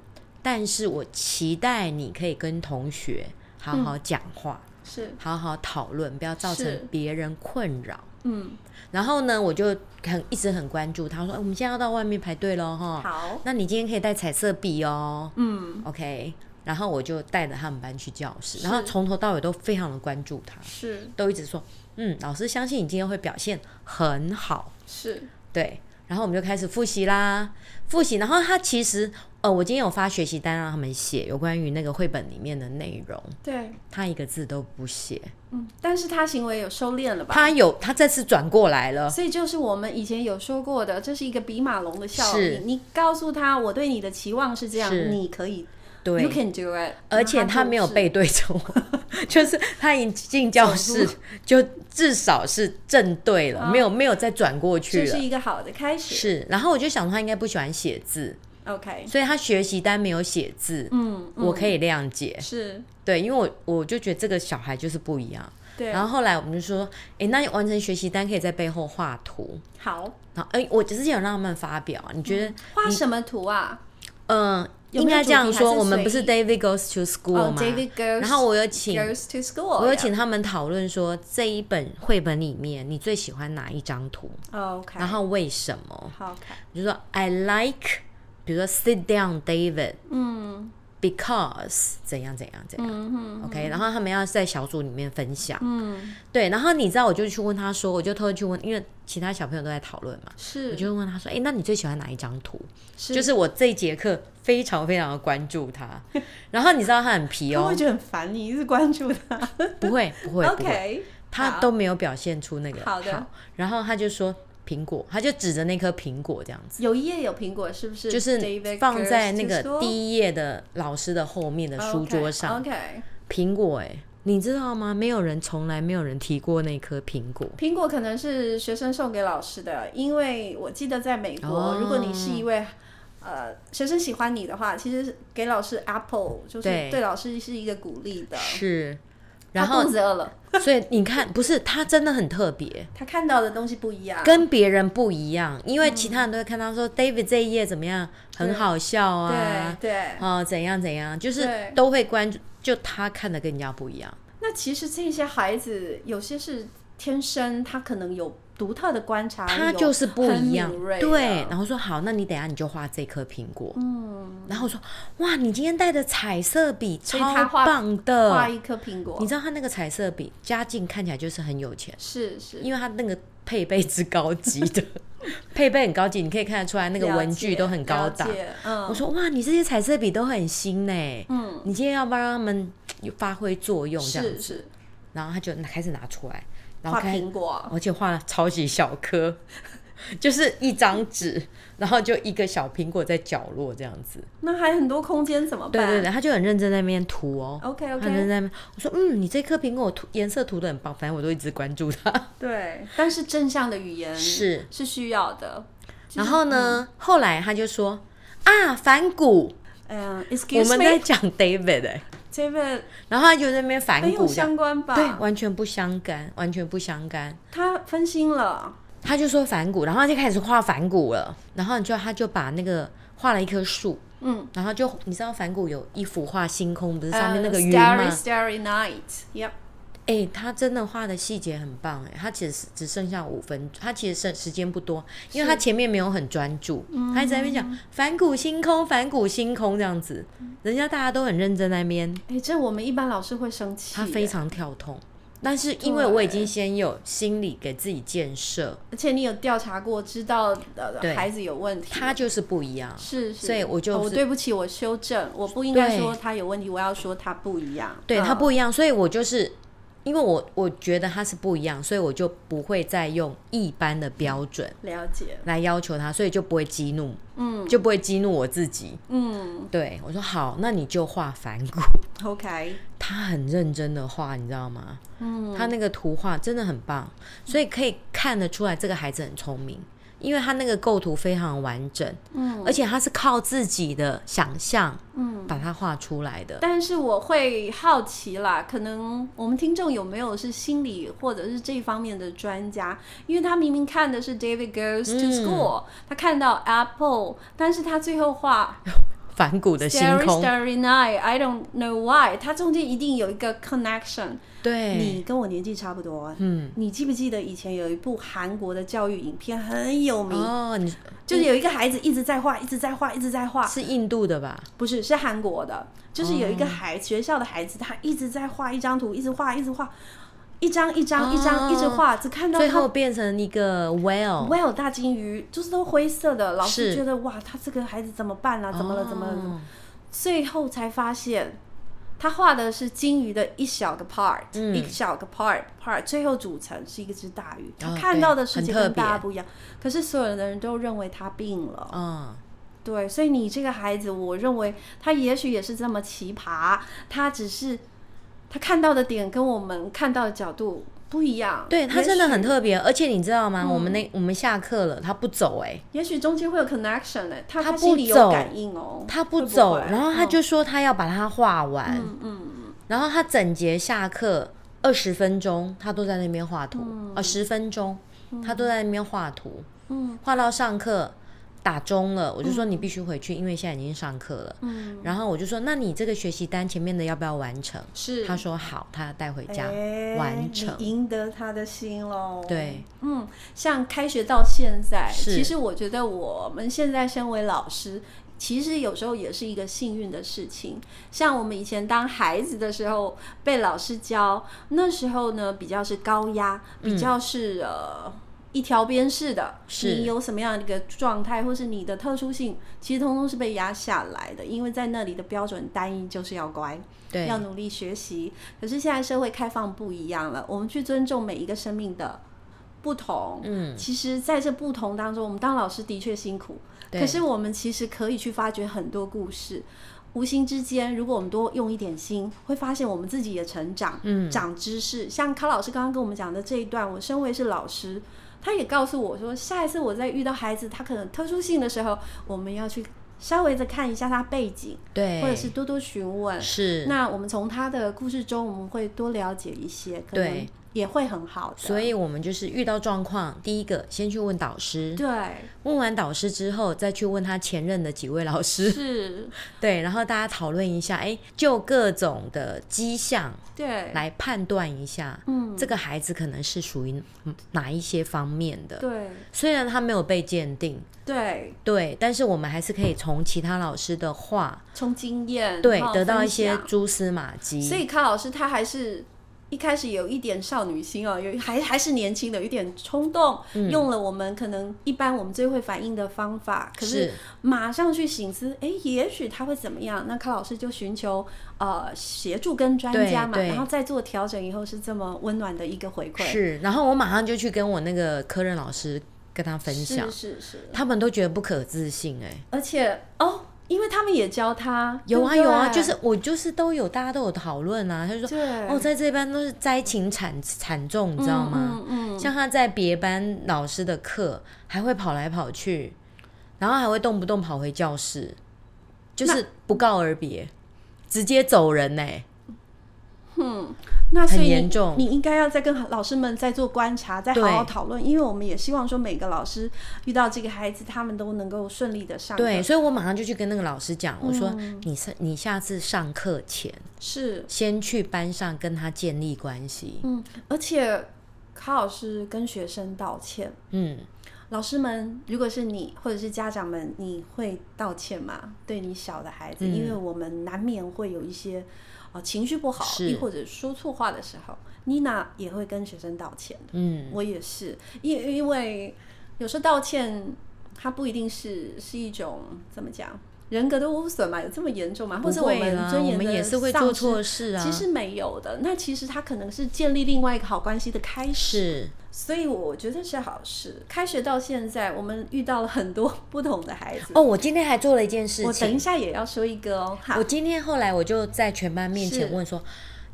[SPEAKER 2] 但是我期待你可以跟同学好好讲话，
[SPEAKER 1] 是，
[SPEAKER 2] 好好讨论，不要造
[SPEAKER 1] 是
[SPEAKER 2] 成别人困扰。”
[SPEAKER 1] 嗯，
[SPEAKER 2] 然后呢，我就很一直很关注他，说、哎我们现在要到外面排队喽，哈。
[SPEAKER 1] 好，
[SPEAKER 2] 那你今天可以带彩色笔哦、
[SPEAKER 1] 嗯
[SPEAKER 2] o k 然后我就带着他们班去教室，
[SPEAKER 1] 是
[SPEAKER 2] 然后从头到尾都非常的关注他，
[SPEAKER 1] 是
[SPEAKER 2] 都一直说，嗯，老师相信你今天会表现很好，
[SPEAKER 1] 是
[SPEAKER 2] 对。然后我们就开始复习啦，复习。然后他其实，呃，我今天有发学习单让他们写有关于那个绘本里面的内容，
[SPEAKER 1] 对，
[SPEAKER 2] 他一个字都不写。
[SPEAKER 1] 嗯，但是他行为有收敛了吧？
[SPEAKER 2] 他有，他这次转过来了，
[SPEAKER 1] 所以就是我们以前有说过的，这是一个比马龙的效
[SPEAKER 2] 是
[SPEAKER 1] 应。你告诉他我对你的期望是这样，
[SPEAKER 2] 是
[SPEAKER 1] 你可以
[SPEAKER 2] 对
[SPEAKER 1] ，You can do it。
[SPEAKER 2] 而且他没有
[SPEAKER 1] 被
[SPEAKER 2] 背对着我， 就是他一进教室
[SPEAKER 1] 哦
[SPEAKER 2] 就至少是正对了，没有没有再转过去
[SPEAKER 1] 这啊是
[SPEAKER 2] 了。
[SPEAKER 1] 一个好的开始。
[SPEAKER 2] 是，然后我就想他应该不喜欢写字，
[SPEAKER 1] OK，
[SPEAKER 2] 所以他学习单没有写字，
[SPEAKER 1] 嗯，嗯
[SPEAKER 2] 我可以谅解。
[SPEAKER 1] 是
[SPEAKER 2] 对，因为我我就觉得这个小孩就是不一样。
[SPEAKER 1] 对，
[SPEAKER 2] 然后后来我们就说，诶，那你完成学习单可以在背后画图。
[SPEAKER 1] 好
[SPEAKER 2] 然后，诶，我之前有让他们发表，你觉得，
[SPEAKER 1] 画什么图啊？
[SPEAKER 2] 嗯、
[SPEAKER 1] 有没有
[SPEAKER 2] 应该
[SPEAKER 1] 主
[SPEAKER 2] 这样
[SPEAKER 1] 题还
[SPEAKER 2] 说，
[SPEAKER 1] 是
[SPEAKER 2] 我们不
[SPEAKER 1] 随
[SPEAKER 2] 是 David goes to school
[SPEAKER 1] 哦
[SPEAKER 2] 吗
[SPEAKER 1] ，David goes，
[SPEAKER 2] 然后我有请
[SPEAKER 1] goes to school，
[SPEAKER 2] 我有请他们讨论说这一本绘本里面你最喜欢哪一张图，
[SPEAKER 1] OK，
[SPEAKER 2] 然后为什么？
[SPEAKER 1] 好看，
[SPEAKER 2] 你就说 I like，比如说 Sit down David，
[SPEAKER 1] 嗯
[SPEAKER 2] because 怎样怎样怎样、o k 然后他们要在小组里面分享，嗯，对，然后你知道我就去问他说，我就偷偷去问，因为其他小朋友都在讨论嘛，我
[SPEAKER 1] 是
[SPEAKER 2] 就问他说，哎、那你最喜欢哪一张图？
[SPEAKER 1] 是
[SPEAKER 2] 就是我这一节课非常非常的关注 他，然后你知道他很皮
[SPEAKER 1] 他
[SPEAKER 2] 哦
[SPEAKER 1] 会，觉得很烦你，一直关注他。
[SPEAKER 2] 不会 不会不会，
[SPEAKER 1] OK，
[SPEAKER 2] 他
[SPEAKER 1] 好
[SPEAKER 2] 都没有表现出那个
[SPEAKER 1] 好的
[SPEAKER 2] 然后他就说苹果，他就指着那颗苹果这样子。
[SPEAKER 1] 有一页有苹果，是不是？
[SPEAKER 2] 就是放在那个第
[SPEAKER 1] 一
[SPEAKER 2] 一页的老师的后面的书桌上，
[SPEAKER 1] OK，
[SPEAKER 2] 苹果哎、你知道吗？没有人从来没有人提过那颗苹果。
[SPEAKER 1] 苹果可能是学生送给老师的，因为我记得在美国，
[SPEAKER 2] 哦
[SPEAKER 1] 如果你是一位呃学生喜欢你的话，其实给老师 Apple 就是
[SPEAKER 2] 对
[SPEAKER 1] 对老师是一个鼓励的。
[SPEAKER 2] 是，
[SPEAKER 1] 他
[SPEAKER 2] 然后
[SPEAKER 1] 肚子饿了，
[SPEAKER 2] 所以你看，不是它真的很特别，
[SPEAKER 1] 他看到的东西不一样。
[SPEAKER 2] 跟别人不一样，因为其他人都会看到说
[SPEAKER 1] 嗯
[SPEAKER 2] David 这一页怎么样，很好笑啊
[SPEAKER 1] 对，对，
[SPEAKER 2] 哦怎样怎样，就是
[SPEAKER 1] 对
[SPEAKER 2] 都会关注，就他看的跟人家不一样。
[SPEAKER 1] 那其实这些孩子有些是天生，他可能有独特的观察力，
[SPEAKER 2] 他就是不一样
[SPEAKER 1] 有很敏锐，的
[SPEAKER 2] 对。然后说好，那你等一下你就画这颗苹果，嗯。然后我说哇，你今天带的彩色笔
[SPEAKER 1] 所
[SPEAKER 2] 超
[SPEAKER 1] 以他画
[SPEAKER 2] 棒
[SPEAKER 1] 画
[SPEAKER 2] 的，
[SPEAKER 1] 一颗苹果
[SPEAKER 2] 你，知道他那个彩色笔，家境看起来就是很有钱，
[SPEAKER 1] 是是，
[SPEAKER 2] 因为他那个配备之高级的， 配备很高级，你可以看得出来那个
[SPEAKER 1] 了解
[SPEAKER 2] 文具都很高档
[SPEAKER 1] 了。解嗯
[SPEAKER 2] 我，说哇，你这些彩色笔都很新呢，嗯，你今天要不要让他们有发挥作用这样
[SPEAKER 1] 是
[SPEAKER 2] 子？
[SPEAKER 1] 是，
[SPEAKER 2] 然后他就拿开始拿出来，然后
[SPEAKER 1] 画
[SPEAKER 2] 开
[SPEAKER 1] 苹果，
[SPEAKER 2] 而且画了超级小颗， 就是一张纸，然后就一个小苹果在角落这样子。
[SPEAKER 1] 那还很多空间怎么
[SPEAKER 2] 对
[SPEAKER 1] 办？
[SPEAKER 2] 对对，他就很认真在那边涂哦。
[SPEAKER 1] OK
[SPEAKER 2] 他很认真
[SPEAKER 1] OK，
[SPEAKER 2] 在那边，我说嗯，你这颗苹果涂颜色涂的很棒，反正我都一直关注它。
[SPEAKER 1] 对，但是正向的语言
[SPEAKER 2] 是
[SPEAKER 1] 是需要的。
[SPEAKER 2] 然后呢，后来他就嗯说啊，反骨，
[SPEAKER 1] 嗯
[SPEAKER 2] 我
[SPEAKER 1] ，Excuse
[SPEAKER 2] 们在
[SPEAKER 1] me，
[SPEAKER 2] 讲 David 哎、
[SPEAKER 1] 这位
[SPEAKER 2] 然后他就在那边反
[SPEAKER 1] 很有
[SPEAKER 2] 骨这样，
[SPEAKER 1] 相关
[SPEAKER 2] 对，
[SPEAKER 1] 吧？
[SPEAKER 2] 完全不相干，完全不相干。
[SPEAKER 1] 他分心了，
[SPEAKER 2] 他就说反骨，然后他就开始画反骨了，然后你就他就把那个画了一棵树，
[SPEAKER 1] 嗯，
[SPEAKER 2] 然后就你知道反骨有一幅画星空，不是
[SPEAKER 1] 呃
[SPEAKER 2] 上面那个云吗？
[SPEAKER 1] Starry Starry Night，Yep，
[SPEAKER 2] 哎、他真的画的细节很棒哎，他其实只剩下五分，他其实剩时间不多，因为他前面没有很专注，
[SPEAKER 1] 嗯
[SPEAKER 2] 他一直在那边讲反骨星空，反骨星空这样子，人家大家都很认真在那边，
[SPEAKER 1] 哎，这我们一般老师会生气耶，
[SPEAKER 2] 他非常跳痛。但是因为
[SPEAKER 1] 对
[SPEAKER 2] 我已经先有心理给自己建设，
[SPEAKER 1] 而且你有调查过，知道呃
[SPEAKER 2] 对
[SPEAKER 1] 孩子有问题，
[SPEAKER 2] 他就是不一样。
[SPEAKER 1] 是是，
[SPEAKER 2] 所以我就
[SPEAKER 1] 哦我
[SPEAKER 2] 是
[SPEAKER 1] 对不起，我修正，我不应该
[SPEAKER 2] 对
[SPEAKER 1] 说他有问题，我要说他不一样，
[SPEAKER 2] 对，
[SPEAKER 1] 嗯
[SPEAKER 2] 它不一样，所以我就是因为我我觉得它是不一样，所以我就不会再用一般的标准
[SPEAKER 1] 了解，
[SPEAKER 2] 来要求他，所以就不会激怒，嗯，就不会激怒我自己。
[SPEAKER 1] 嗯
[SPEAKER 2] 对我说好，那你就画反骨。
[SPEAKER 1] ，OK，
[SPEAKER 2] 他很认真的画，你知道吗？嗯，他那个图画真的很棒，所以可以看得出来这个孩子很聪明，因为他那个构图非常完整，嗯，而且他是靠自己的想象，嗯，把它画出来的。
[SPEAKER 1] 但是我会好奇啦，可能我们听众有没有是心理或者是这方面的专家？因为他明明看的是 David Goes to School，、他看到 Apple，但是他最后画
[SPEAKER 2] 反骨的星
[SPEAKER 1] Starry
[SPEAKER 2] 空，
[SPEAKER 1] Starry Night，I don't know why，他中间一定有一个 connection。
[SPEAKER 2] 对，
[SPEAKER 1] 你跟我年纪差不多，嗯，你记不记得以前有一部韩国的教育影片很有名，
[SPEAKER 2] 哦，你
[SPEAKER 1] 就是有一个孩子一直在画，一直在画，一直在画，
[SPEAKER 2] 是印度的吧？
[SPEAKER 1] 不是，是韩国的，就是有一
[SPEAKER 2] 哦
[SPEAKER 1] 个孩、学校的孩子，他一直在画一张图，一直画，一直画，一张一张、
[SPEAKER 2] 哦
[SPEAKER 1] 一张一直画，只看到
[SPEAKER 2] 最
[SPEAKER 1] 他
[SPEAKER 2] 后变成一个 whale，
[SPEAKER 1] well 大金鱼，就是都灰色的。老师
[SPEAKER 2] 是
[SPEAKER 1] 觉得哇，他这个孩子怎么办啊？怎么了？怎么了？怎么了
[SPEAKER 2] 哦？
[SPEAKER 1] 最后才发现，他画的是金鱼的一小个 part，、
[SPEAKER 2] 嗯
[SPEAKER 1] 一小个 part part，最后组成是一个只大鱼。他
[SPEAKER 2] 哦
[SPEAKER 1] 看
[SPEAKER 2] 对
[SPEAKER 1] 到的世界
[SPEAKER 2] 很特
[SPEAKER 1] 跟大家
[SPEAKER 2] 别
[SPEAKER 1] 不一样，可是所有的人都认为他病了。
[SPEAKER 2] 嗯，
[SPEAKER 1] 对，所以你这个孩子，我认为他也许也是这么奇葩，他只是他看到的点跟我们看到的角度不一样。
[SPEAKER 2] 对，他
[SPEAKER 1] 也
[SPEAKER 2] 真的
[SPEAKER 1] 许
[SPEAKER 2] 很特别，而且你知道吗？我们那我们下课了，他不走、哎，
[SPEAKER 1] 也许中间会有 connection 哎、他他
[SPEAKER 2] 他不
[SPEAKER 1] 心里有
[SPEAKER 2] 走
[SPEAKER 1] 感应哦，
[SPEAKER 2] 他
[SPEAKER 1] 会
[SPEAKER 2] 不
[SPEAKER 1] 不
[SPEAKER 2] 走，哎
[SPEAKER 1] 会
[SPEAKER 2] 然后他就说他要把它画完，
[SPEAKER 1] 嗯嗯
[SPEAKER 2] 然后他整节下课二十分钟，他都在那边画图，啊、十、分钟，他都在那边画图，
[SPEAKER 1] 嗯，
[SPEAKER 2] 画到上课打钟了，我就说你必须回去，因为现在已经上课了，
[SPEAKER 1] 嗯，
[SPEAKER 2] 然后我就说那你这个学习单前面的要不要完成？
[SPEAKER 1] 是
[SPEAKER 2] 他说好，他要带回家、
[SPEAKER 1] 哎
[SPEAKER 2] 完成
[SPEAKER 1] 你。赢得他的心喽。
[SPEAKER 2] 对，
[SPEAKER 1] 嗯，像开学到现在，
[SPEAKER 2] 是
[SPEAKER 1] 其实我觉得我们现在身为老师，其实有时候也是一个幸运的事情。像我们以前当孩子的时候，被老师教，那时候呢比较是高压，比较是、呃一条边式的，
[SPEAKER 2] 嗯是
[SPEAKER 1] 你有什么样的一个状态，或是你的特殊性，其实通通是被压下来的，因为在那里的标准单一就是要乖。
[SPEAKER 2] 对
[SPEAKER 1] 要努力学习。可是现在社会开放不一样了，我们去尊重每一个生命的不同。嗯，其实在这不同当中，我们当老师的确辛苦，
[SPEAKER 2] 对
[SPEAKER 1] 可是我们其实可以去发掘很多故事。无形之间，如果我们多用一点心，会发现我们自己也成长，嗯，长知识。像卡老师刚刚跟我们讲的这一段，我身为是老师，他也告诉我说，下一次我在遇到孩子他可能特殊性的时候，我们要去稍微的看一下他背景，
[SPEAKER 2] 对，
[SPEAKER 1] 或者是多多询问，
[SPEAKER 2] 是
[SPEAKER 1] 那我们从他的故事中，我们会多了解一些，可能
[SPEAKER 2] 对
[SPEAKER 1] 也会很好的。
[SPEAKER 2] 所以我们就是遇到状况，第一个先去问导师，
[SPEAKER 1] 对，
[SPEAKER 2] 问完导师之后，再去问他前任的几位老师，
[SPEAKER 1] 是，
[SPEAKER 2] 对，然后大家讨论一下，哎，就各种的迹象
[SPEAKER 1] 对，
[SPEAKER 2] 来判断一下，
[SPEAKER 1] 嗯，
[SPEAKER 2] 这个孩子可能是属于哪一些方面的。
[SPEAKER 1] 对，
[SPEAKER 2] 虽然他没有被鉴定，
[SPEAKER 1] 对，
[SPEAKER 2] 对，但是我们还是可以从其他老师的话，
[SPEAKER 1] 从经验
[SPEAKER 2] 对
[SPEAKER 1] 然，后
[SPEAKER 2] 得到
[SPEAKER 1] 分
[SPEAKER 2] 一些
[SPEAKER 1] 享
[SPEAKER 2] 蛛丝马迹。
[SPEAKER 1] 所以康老师他还是一开始有一点少女心哦，有还还是年轻的，有点冲动，
[SPEAKER 2] 嗯
[SPEAKER 1] 用了我们可能一般我们最会反应的方法，可是
[SPEAKER 2] 是
[SPEAKER 1] 马上去醒思，哎，也许他会怎么样？那康老师就寻求呃协助跟专家嘛，
[SPEAKER 2] 对对
[SPEAKER 1] 然后再做调整以后是这么温暖的一个回馈，
[SPEAKER 2] 是，然后我马上就去跟我那个科任老师跟他分享
[SPEAKER 1] 是，是是，
[SPEAKER 2] 他们都觉得不可置信、哎。
[SPEAKER 1] 而且哦，因为他们也教他，
[SPEAKER 2] 有啊
[SPEAKER 1] 对不
[SPEAKER 2] 有
[SPEAKER 1] 对
[SPEAKER 2] 啊，就是我就是都有，大家都有讨论啊。他就说，
[SPEAKER 1] 对
[SPEAKER 2] 哦，在这班都是灾情惨惨重，你知道吗？
[SPEAKER 1] 嗯嗯
[SPEAKER 2] 像他在别班老师的课，还会跑来跑去，然后还会动不动跑回教室，就是不告而别，直接走人呢、
[SPEAKER 1] 那所以
[SPEAKER 2] 很
[SPEAKER 1] 你
[SPEAKER 2] 严重
[SPEAKER 1] 你应该要再跟老师们再做观察，再好好
[SPEAKER 2] 对
[SPEAKER 1] 讨论，因为我们也希望说每个老师遇到这个孩子，他们都能够顺利的上课。嗯
[SPEAKER 2] 对，，所以我马上就去跟那个老师讲，我说，你上你下次上课前，
[SPEAKER 1] 是，
[SPEAKER 2] 先去班上跟他建立关系。
[SPEAKER 1] 嗯，而且卡老师跟学生道歉，
[SPEAKER 2] 嗯，
[SPEAKER 1] 老师们，如果是你或者是家长们，你会道歉吗？对你小的孩子，因为
[SPEAKER 2] 嗯
[SPEAKER 1] 我们难免会有一些呃、情绪不好，
[SPEAKER 2] 是
[SPEAKER 1] 亦或者说错话的时候，妮娜也会跟学生道歉的。
[SPEAKER 2] 嗯，
[SPEAKER 1] 我也是，因因为有时候道歉，它不一定是是一种怎么讲。人格的污损嘛，有这么严重吗？或者
[SPEAKER 2] 不
[SPEAKER 1] 我
[SPEAKER 2] 会
[SPEAKER 1] 们
[SPEAKER 2] 啦
[SPEAKER 1] 尊
[SPEAKER 2] 我
[SPEAKER 1] 严的
[SPEAKER 2] 们也是会做
[SPEAKER 1] 丧失
[SPEAKER 2] 错事啊
[SPEAKER 1] 其实没有的。那其实它可能是建立另外一个好关系的开始。
[SPEAKER 2] 是。
[SPEAKER 1] 所以我觉得是好事。开学到现在，我们遇到了很多不同的孩子。
[SPEAKER 2] 哦，我今天还做了一件事
[SPEAKER 1] 我
[SPEAKER 2] 情
[SPEAKER 1] 等一。下也要说一个哦，哈
[SPEAKER 2] 我，今天后来我就在全班面前
[SPEAKER 1] 是
[SPEAKER 2] 问说，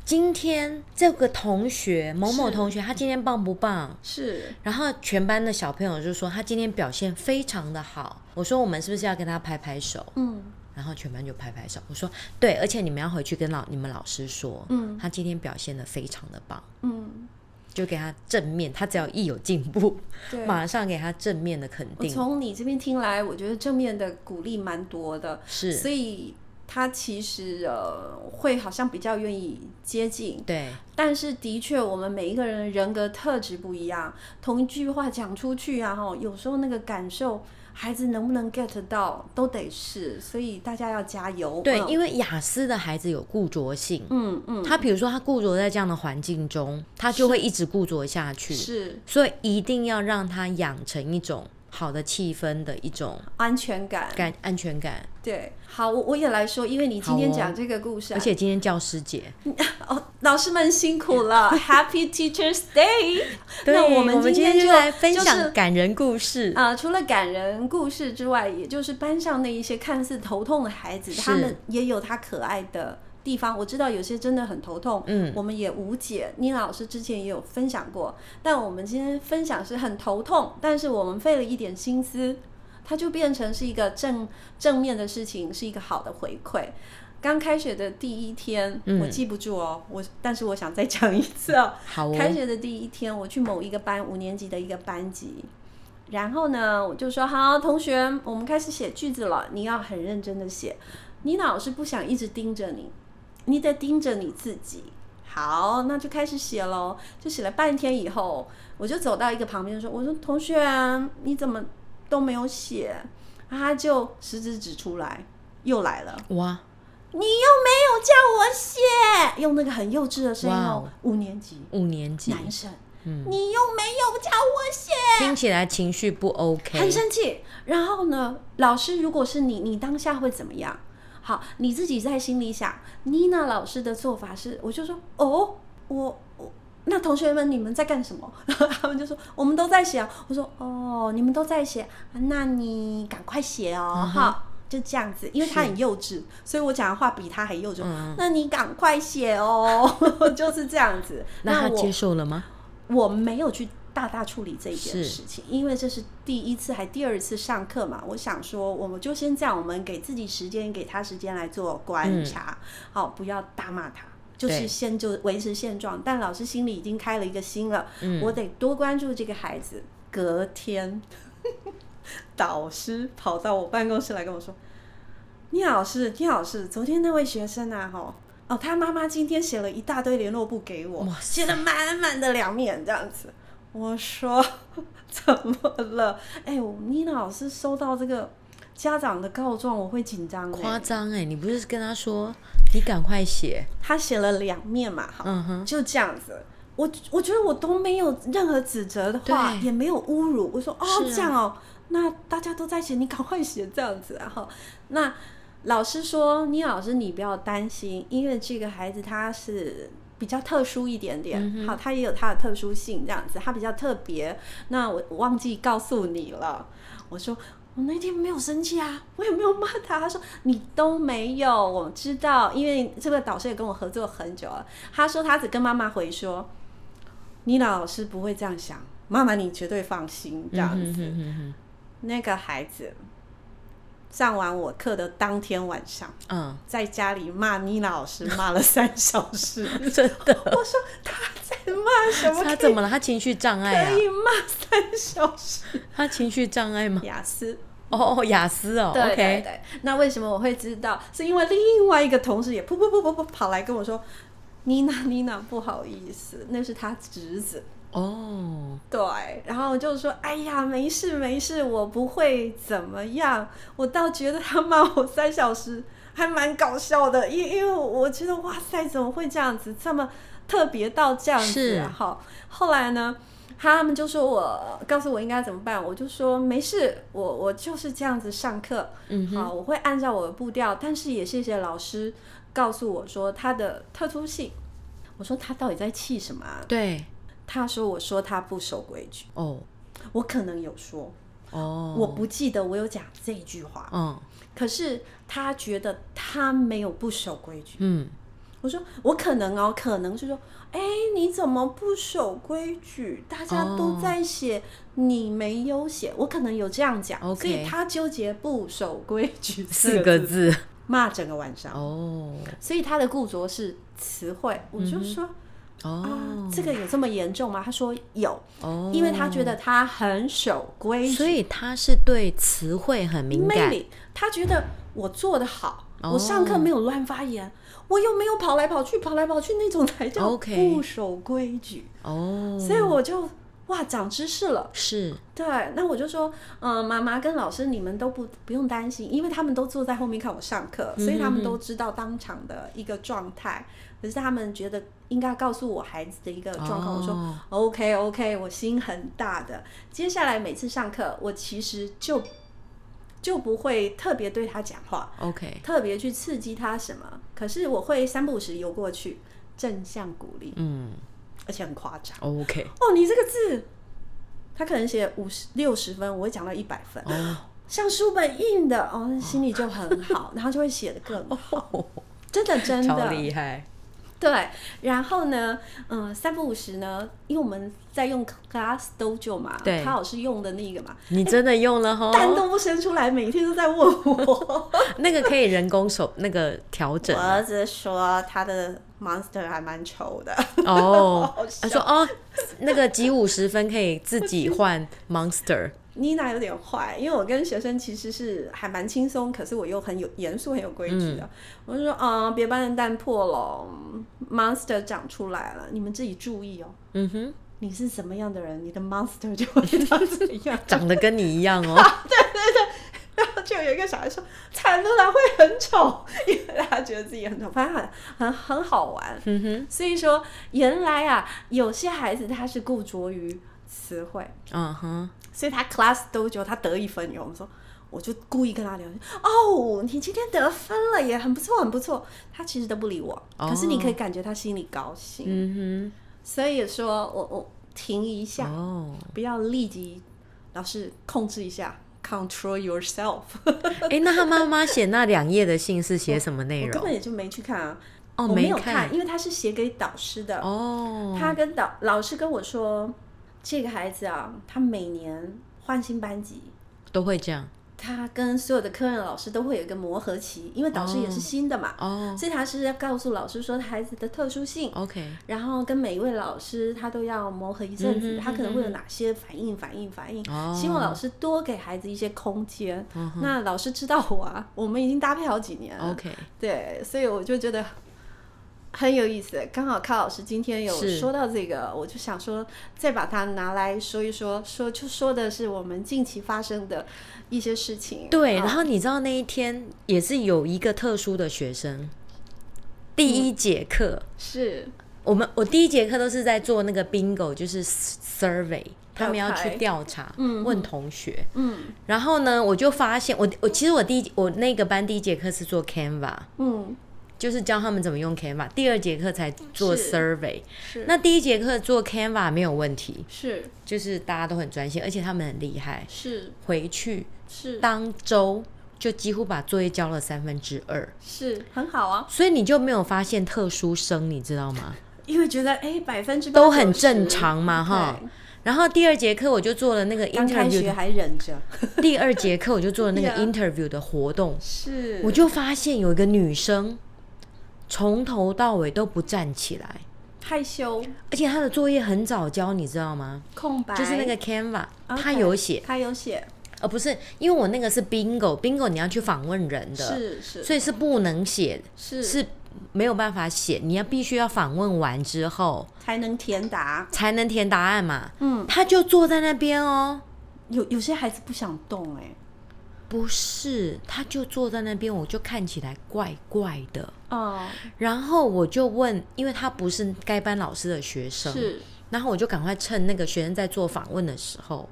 [SPEAKER 2] 今天这个同学某某
[SPEAKER 1] 是
[SPEAKER 2] 同学他今天棒不棒？
[SPEAKER 1] 是
[SPEAKER 2] 然后全班的小朋友就说他今天表现非常的好。我说我们是不是要跟他拍拍手？
[SPEAKER 1] 嗯，
[SPEAKER 2] 然后全班就拍拍手。我说对，而且你们要回去跟老你们老师说，
[SPEAKER 1] 嗯
[SPEAKER 2] 他今天表现的非常的棒，
[SPEAKER 1] 嗯，
[SPEAKER 2] 就给他正面。他只要一有进步，
[SPEAKER 1] 对。
[SPEAKER 2] 马上给他正面的肯
[SPEAKER 1] 我
[SPEAKER 2] 定。
[SPEAKER 1] 从你这边听来，我觉得正面的鼓励蛮多的，
[SPEAKER 2] 是，
[SPEAKER 1] 所以他其实呃会好像比较愿意接近。
[SPEAKER 2] 对，
[SPEAKER 1] 但是的确，我们每一个人的人格特质不一样，同一句话讲出去啊，哈，有时候那个感受，孩子能不能 get 到，都得是，所以大家要加油。
[SPEAKER 2] 对，
[SPEAKER 1] 嗯
[SPEAKER 2] 因为雅思的孩子有固着性，
[SPEAKER 1] 嗯嗯，
[SPEAKER 2] 他比如说他固着在这样的环境中，他就会一直固着下去，
[SPEAKER 1] 是
[SPEAKER 2] 所以一定要让他养成一种好的气氛的一种
[SPEAKER 1] 安全感。
[SPEAKER 2] 感安全感。
[SPEAKER 1] 对，好，我我也来说，因为你今天
[SPEAKER 2] 好哦
[SPEAKER 1] 讲这个故事、啊
[SPEAKER 2] 而且今天教师节，
[SPEAKER 1] 哦，老师们辛苦了，Happy Teachers Day。
[SPEAKER 2] 对
[SPEAKER 1] 那我们
[SPEAKER 2] 们
[SPEAKER 1] 今
[SPEAKER 2] 天
[SPEAKER 1] 就
[SPEAKER 2] 就来分
[SPEAKER 1] 就是
[SPEAKER 2] 享感人故事。
[SPEAKER 1] 啊、除了感人故事之外，也就是班上那一些看似头痛的孩子，
[SPEAKER 2] 是
[SPEAKER 1] 他们也有他可爱的地方。我知道有些真的很头痛，
[SPEAKER 2] 嗯，
[SPEAKER 1] 我们也无解。妮娜老师之前也有分享过，但我们今天分享是很头痛，但是我们费了一点心思，它就变成是一个正正面的事情，是一个好的回馈。刚开学的第一天，
[SPEAKER 2] 嗯
[SPEAKER 1] 我记不住哦，我但是我想再讲一次哦，
[SPEAKER 2] 好哦，
[SPEAKER 1] 开学的第一天，我去某一个班，五年级的一个班级。然后呢，我就说好，同学，我们开始写句子了，你要很认真的写。你老师不想一直盯着你，你得盯着你自己。好，那就开始写喽。就写了半天以后，我就走到一个旁边说：“我说同学，你怎么都没有写？”他就食指指出来，又来了，
[SPEAKER 2] 哇，
[SPEAKER 1] 你又没有叫我写，用那个很幼稚的声音
[SPEAKER 2] 哇
[SPEAKER 1] 哦
[SPEAKER 2] 哦，
[SPEAKER 1] 五年级
[SPEAKER 2] 五年级
[SPEAKER 1] 男生，
[SPEAKER 2] 嗯
[SPEAKER 1] 你又没有叫我写，
[SPEAKER 2] 听起来情绪不 OK，
[SPEAKER 1] 啊很生气。然后呢，老师，如果是你，你当下会怎么样？好，你自己在心里想。妮娜老师的做法是，我就说，哦，我我那同学们你们在干什么？ 然后他们就说，哦我们都在写啊。我说，哦，你们都在写，啊那你赶快写
[SPEAKER 2] 嗯
[SPEAKER 1] 哦，哈、就这样子，因为他很幼稚，所以我讲的话比他还幼稚。
[SPEAKER 2] 嗯
[SPEAKER 1] 那你赶快写哦， 就是这样子。
[SPEAKER 2] 那他
[SPEAKER 1] 我
[SPEAKER 2] 接受了吗？
[SPEAKER 1] 我没有去大大处理这一件
[SPEAKER 2] 是
[SPEAKER 1] 事情，因为这是第一次还第二次上课嘛。我想说，我们就先这样，我们给自己时间，给他时间来做观察，好、不要大骂他。就是
[SPEAKER 2] 嗯对
[SPEAKER 1] 先就维持现状，但老师心里已经开了一个心了，
[SPEAKER 2] 嗯
[SPEAKER 1] 我得多关注这个孩子。隔天， 导师跑到我办公室来跟我说：“聂老师，聂老师，昨天那位学生啊，吼，哦，他妈妈今天写了一大堆联络簿给我
[SPEAKER 2] 哇，塞
[SPEAKER 1] 写了满满的两面这样子。我说 怎么了？哎、我妮娜老师收到这个家长的告状，我会紧张、
[SPEAKER 2] 夸
[SPEAKER 1] 欸。
[SPEAKER 2] 张哎，你不是跟他说你赶快写？
[SPEAKER 1] 他写了两面嘛，哈，
[SPEAKER 2] 嗯哼，
[SPEAKER 1] 就这样子。我我觉得我都没有任何指责的话，
[SPEAKER 2] 对
[SPEAKER 1] 也没有侮辱。我说哦，
[SPEAKER 2] 是啊
[SPEAKER 1] 这样哦，那大家都在写，你赶快写这样子、啊，然后那老师说，倪老师你不要担心，因为这个孩子他是。比较特殊一点点，
[SPEAKER 2] 嗯
[SPEAKER 1] 好，他也有他的特殊性，这样子，他比较特别。那我忘记告诉你了，我说我那天没有生气啊，我也没有骂他。他说你都没有，我知道，因为这个导师也跟我合作很久了。他说他只跟妈妈回说，妮娜老师不会这样想，妈妈你绝对放心这样子。
[SPEAKER 2] 嗯哼哼哼
[SPEAKER 1] 那个孩子上完我课的当天晚上，
[SPEAKER 2] 哼
[SPEAKER 1] 在家里骂妮娜老师骂了三小时。
[SPEAKER 2] 嗯， 真的，
[SPEAKER 1] 我说他在骂什么？
[SPEAKER 2] 他怎么了？他情绪障碍啊
[SPEAKER 1] 可？以骂三小时？
[SPEAKER 2] 他情绪障碍吗？
[SPEAKER 1] 雅思。
[SPEAKER 2] 哦，雅思哦
[SPEAKER 1] 对对
[SPEAKER 2] ，OK，
[SPEAKER 1] 对，那为什么我会知道？是因为另外一个同事也噗噗噗噗噗跑来跟我说：“妮娜，妮娜，不好意思，那是他侄子。”
[SPEAKER 2] 哦，
[SPEAKER 1] 对，然后我就说：“哎呀，没事没事，我不会怎么样。”我倒觉得他骂我三小时还蛮搞笑的，因因为我觉得哇塞，怎么会这样子，这么特别到这样子、啊
[SPEAKER 2] 是？
[SPEAKER 1] 好，后来呢，他们就说我告诉我应该怎么办，我就说没事，我我就是这样子上课，
[SPEAKER 2] 嗯
[SPEAKER 1] 好，我会按照我的步调，但是也谢谢老师告诉我说他的特殊性。我说他到底在气什么、啊？
[SPEAKER 2] 对，
[SPEAKER 1] 他说：“我说他不守规矩。”
[SPEAKER 2] 哦
[SPEAKER 1] 我可能有说，
[SPEAKER 2] 哦，
[SPEAKER 1] 我不记得我有讲这一句话，
[SPEAKER 2] 嗯
[SPEAKER 1] 可是他觉得他没有不守规矩。
[SPEAKER 2] 嗯，
[SPEAKER 1] 我说我可能哦，可能是说，哎，你怎么不守规矩？大家都在写，你没有写，我可能有这样讲
[SPEAKER 2] 哦 OK
[SPEAKER 1] 所以他纠结不守规矩
[SPEAKER 2] 四个
[SPEAKER 1] 字，
[SPEAKER 2] 字
[SPEAKER 1] 骂整个晚上。
[SPEAKER 2] 哦
[SPEAKER 1] 所以他的固着是词汇，我就说、啊
[SPEAKER 2] 嗯哦，
[SPEAKER 1] 这个有这么严重吗？他说有，
[SPEAKER 2] 哦，
[SPEAKER 1] 因为他觉得他很守规矩，
[SPEAKER 2] 所以他是对词汇很敏
[SPEAKER 1] 魅
[SPEAKER 2] 感，
[SPEAKER 1] 力，他觉得我做的好，
[SPEAKER 2] 哦
[SPEAKER 1] 我上课没有乱发言，我又没有跑来跑去、跑来跑去那种才叫
[SPEAKER 2] OK
[SPEAKER 1] 不守规矩。
[SPEAKER 2] 哦，
[SPEAKER 1] 所以我就哇长知识了。
[SPEAKER 2] 是
[SPEAKER 1] 对，那我就说，嗯、妈妈跟老师你们都不不用担心，因为他们都坐在后面看我上课，所以他们都知道当场的一个状态。可是他们觉得应该告诉我孩子的一个状况，我说
[SPEAKER 2] 哦
[SPEAKER 1] OK OK，我心很大的。接下来每次上课，我其实就就不会特别对他讲话，
[SPEAKER 2] OK，
[SPEAKER 1] 特别去刺激他什么。可是我会三不五时游过去，正向鼓励，
[SPEAKER 2] 嗯
[SPEAKER 1] 而且很夸张。
[SPEAKER 2] ，OK，
[SPEAKER 1] 哦，你这个字，他可能写五十六十分，我会讲到一百分。
[SPEAKER 2] 哦
[SPEAKER 1] 像书本印的哦，那心里就很好，然后就会写的更好。 真的真的，
[SPEAKER 2] 哦超厉害，
[SPEAKER 1] 对，然后呢，嗯，三不五时呢，因为我们在用 Class Dojo 嘛，
[SPEAKER 2] 对哦
[SPEAKER 1] 他老师用的那个嘛，
[SPEAKER 2] 你真的用了吼，
[SPEAKER 1] 蛋都不生出来，每天都在问我。
[SPEAKER 2] 那个可以人工手那个调整
[SPEAKER 1] 我儿子说他的 Monster 还蛮丑的，
[SPEAKER 2] 哦
[SPEAKER 1] 好，
[SPEAKER 2] 他说哦，那个集五十分可以自己换 Monster，
[SPEAKER 1] 妮娜有点坏，因为我跟学生其实是还蛮轻松，可是我又很有严肃、很有规矩的。啊我就说，嗯，别把人蛋破了，monster 嗯长出来了，你们自己注意哦。
[SPEAKER 2] 嗯哼，
[SPEAKER 1] 你是什么样 的人，你的 monster 就会长怎样。
[SPEAKER 2] 长得跟你一样哦，
[SPEAKER 1] 就有一个小孩说惨了啦，会很丑， 因为他觉得自己很丑，反正很很很好玩。
[SPEAKER 2] 嗯哼，
[SPEAKER 1] 所以说，原来啊，有些孩子他是固着于词汇，
[SPEAKER 2] 嗯哼，
[SPEAKER 1] 所以他 class dojo 他得一分以后，我们说我就故意跟他聊天，哦，你今天得分了耶，很不错，很不错。他其实都不理我，可是你可以感觉他心里高兴。
[SPEAKER 2] 哦嗯
[SPEAKER 1] 所以说我我停一
[SPEAKER 2] 哼，
[SPEAKER 1] 下，
[SPEAKER 2] 哦，
[SPEAKER 1] 不要立即，老师控制一下，control yourself。
[SPEAKER 2] 哎、那他妈妈写那两页的信是写什么内
[SPEAKER 1] 我根
[SPEAKER 2] 容？
[SPEAKER 1] 本也就没去看啊，
[SPEAKER 2] 哦，
[SPEAKER 1] 我没有
[SPEAKER 2] 看，
[SPEAKER 1] 因为他是写给导师的。
[SPEAKER 2] 哦，
[SPEAKER 1] 他跟导老师跟我说，这个孩子啊，他每年换新班级，
[SPEAKER 2] 都会这样，
[SPEAKER 1] 他跟所有的科任老师都会有一个磨合期，因为导师也是新的嘛，
[SPEAKER 2] 哦
[SPEAKER 1] 所以他是要告诉老师说孩子的特殊性，
[SPEAKER 2] ，OK，
[SPEAKER 1] 然后跟每一位老师他都要磨合一阵子，
[SPEAKER 2] 嗯哼
[SPEAKER 1] 他可能会有哪些反应、反应、反应，
[SPEAKER 2] 哦
[SPEAKER 1] 希望老师多给孩子一些空间。
[SPEAKER 2] 嗯
[SPEAKER 1] 那老师知道我啊，我们已经搭配好几年了
[SPEAKER 2] ，OK，
[SPEAKER 1] 对，所以我就觉得很有意思。刚好康老师今天有
[SPEAKER 2] 是
[SPEAKER 1] 说到这个，我就想说再把它拿来说一说，说就说的是我们近期发生的一些事情。
[SPEAKER 2] 对。
[SPEAKER 1] 啊
[SPEAKER 2] 然后你知道那一天也是有一个特殊的学生，第一节课，
[SPEAKER 1] 是
[SPEAKER 2] 我们我第一节课都是在做那个 bingo，就是 survey，他们要去
[SPEAKER 1] OK
[SPEAKER 2] 调查，
[SPEAKER 1] 嗯
[SPEAKER 2] 问同学。
[SPEAKER 1] 嗯
[SPEAKER 2] 然后呢，我就发现我我其实我第一我那个班第一节课是做 Canva，
[SPEAKER 1] 嗯
[SPEAKER 2] 就是教他们怎么用 Canva，第二节课才做
[SPEAKER 1] 是
[SPEAKER 2] survey。
[SPEAKER 1] 是
[SPEAKER 2] 那第一节课做 Canva 没有问题，
[SPEAKER 1] 是
[SPEAKER 2] 就是大家都很专心，而且他们很厉害。
[SPEAKER 1] 是
[SPEAKER 2] 回去
[SPEAKER 1] 是
[SPEAKER 2] 当周就几乎把作业交了三分之二，
[SPEAKER 1] 是很好啊，
[SPEAKER 2] 所以你就没有发现特殊生，你知道吗？
[SPEAKER 1] 因为觉得哎百分之
[SPEAKER 2] 都很正常嘛哈。然后第二节课我就做了那个
[SPEAKER 1] 刚开学
[SPEAKER 2] interview，
[SPEAKER 1] 还忍 着，
[SPEAKER 2] 第二节课我就做了那个
[SPEAKER 1] Yeah
[SPEAKER 2] interview 的活动，
[SPEAKER 1] 是
[SPEAKER 2] 我就发现有一个女生从头到尾都不站起来，
[SPEAKER 1] 害羞
[SPEAKER 2] 而且她的作业很早交，你知道吗？
[SPEAKER 1] 空白，
[SPEAKER 2] 就是那个 Canva，
[SPEAKER 1] OK
[SPEAKER 2] 她有写，
[SPEAKER 1] 他有写，
[SPEAKER 2] 而不是因为我那个是 bingo，bingo 你要去访问人的，
[SPEAKER 1] 是是
[SPEAKER 2] 所以是不能写，
[SPEAKER 1] 是
[SPEAKER 2] 是没有办法写，你要必须要访问完之后
[SPEAKER 1] 才能填答。
[SPEAKER 2] 才能填答案嘛。
[SPEAKER 1] 嗯，
[SPEAKER 2] 她就坐在那边哦，
[SPEAKER 1] 有有些孩子不想动
[SPEAKER 2] 欸
[SPEAKER 1] 哎、
[SPEAKER 2] 不是，她就坐在那边，我就看起来怪怪的。
[SPEAKER 1] 哦，
[SPEAKER 2] 然后我就问，因为她不是该班老师的学生，
[SPEAKER 1] 是
[SPEAKER 2] 然后我就赶快趁那个学生在做访问的时候，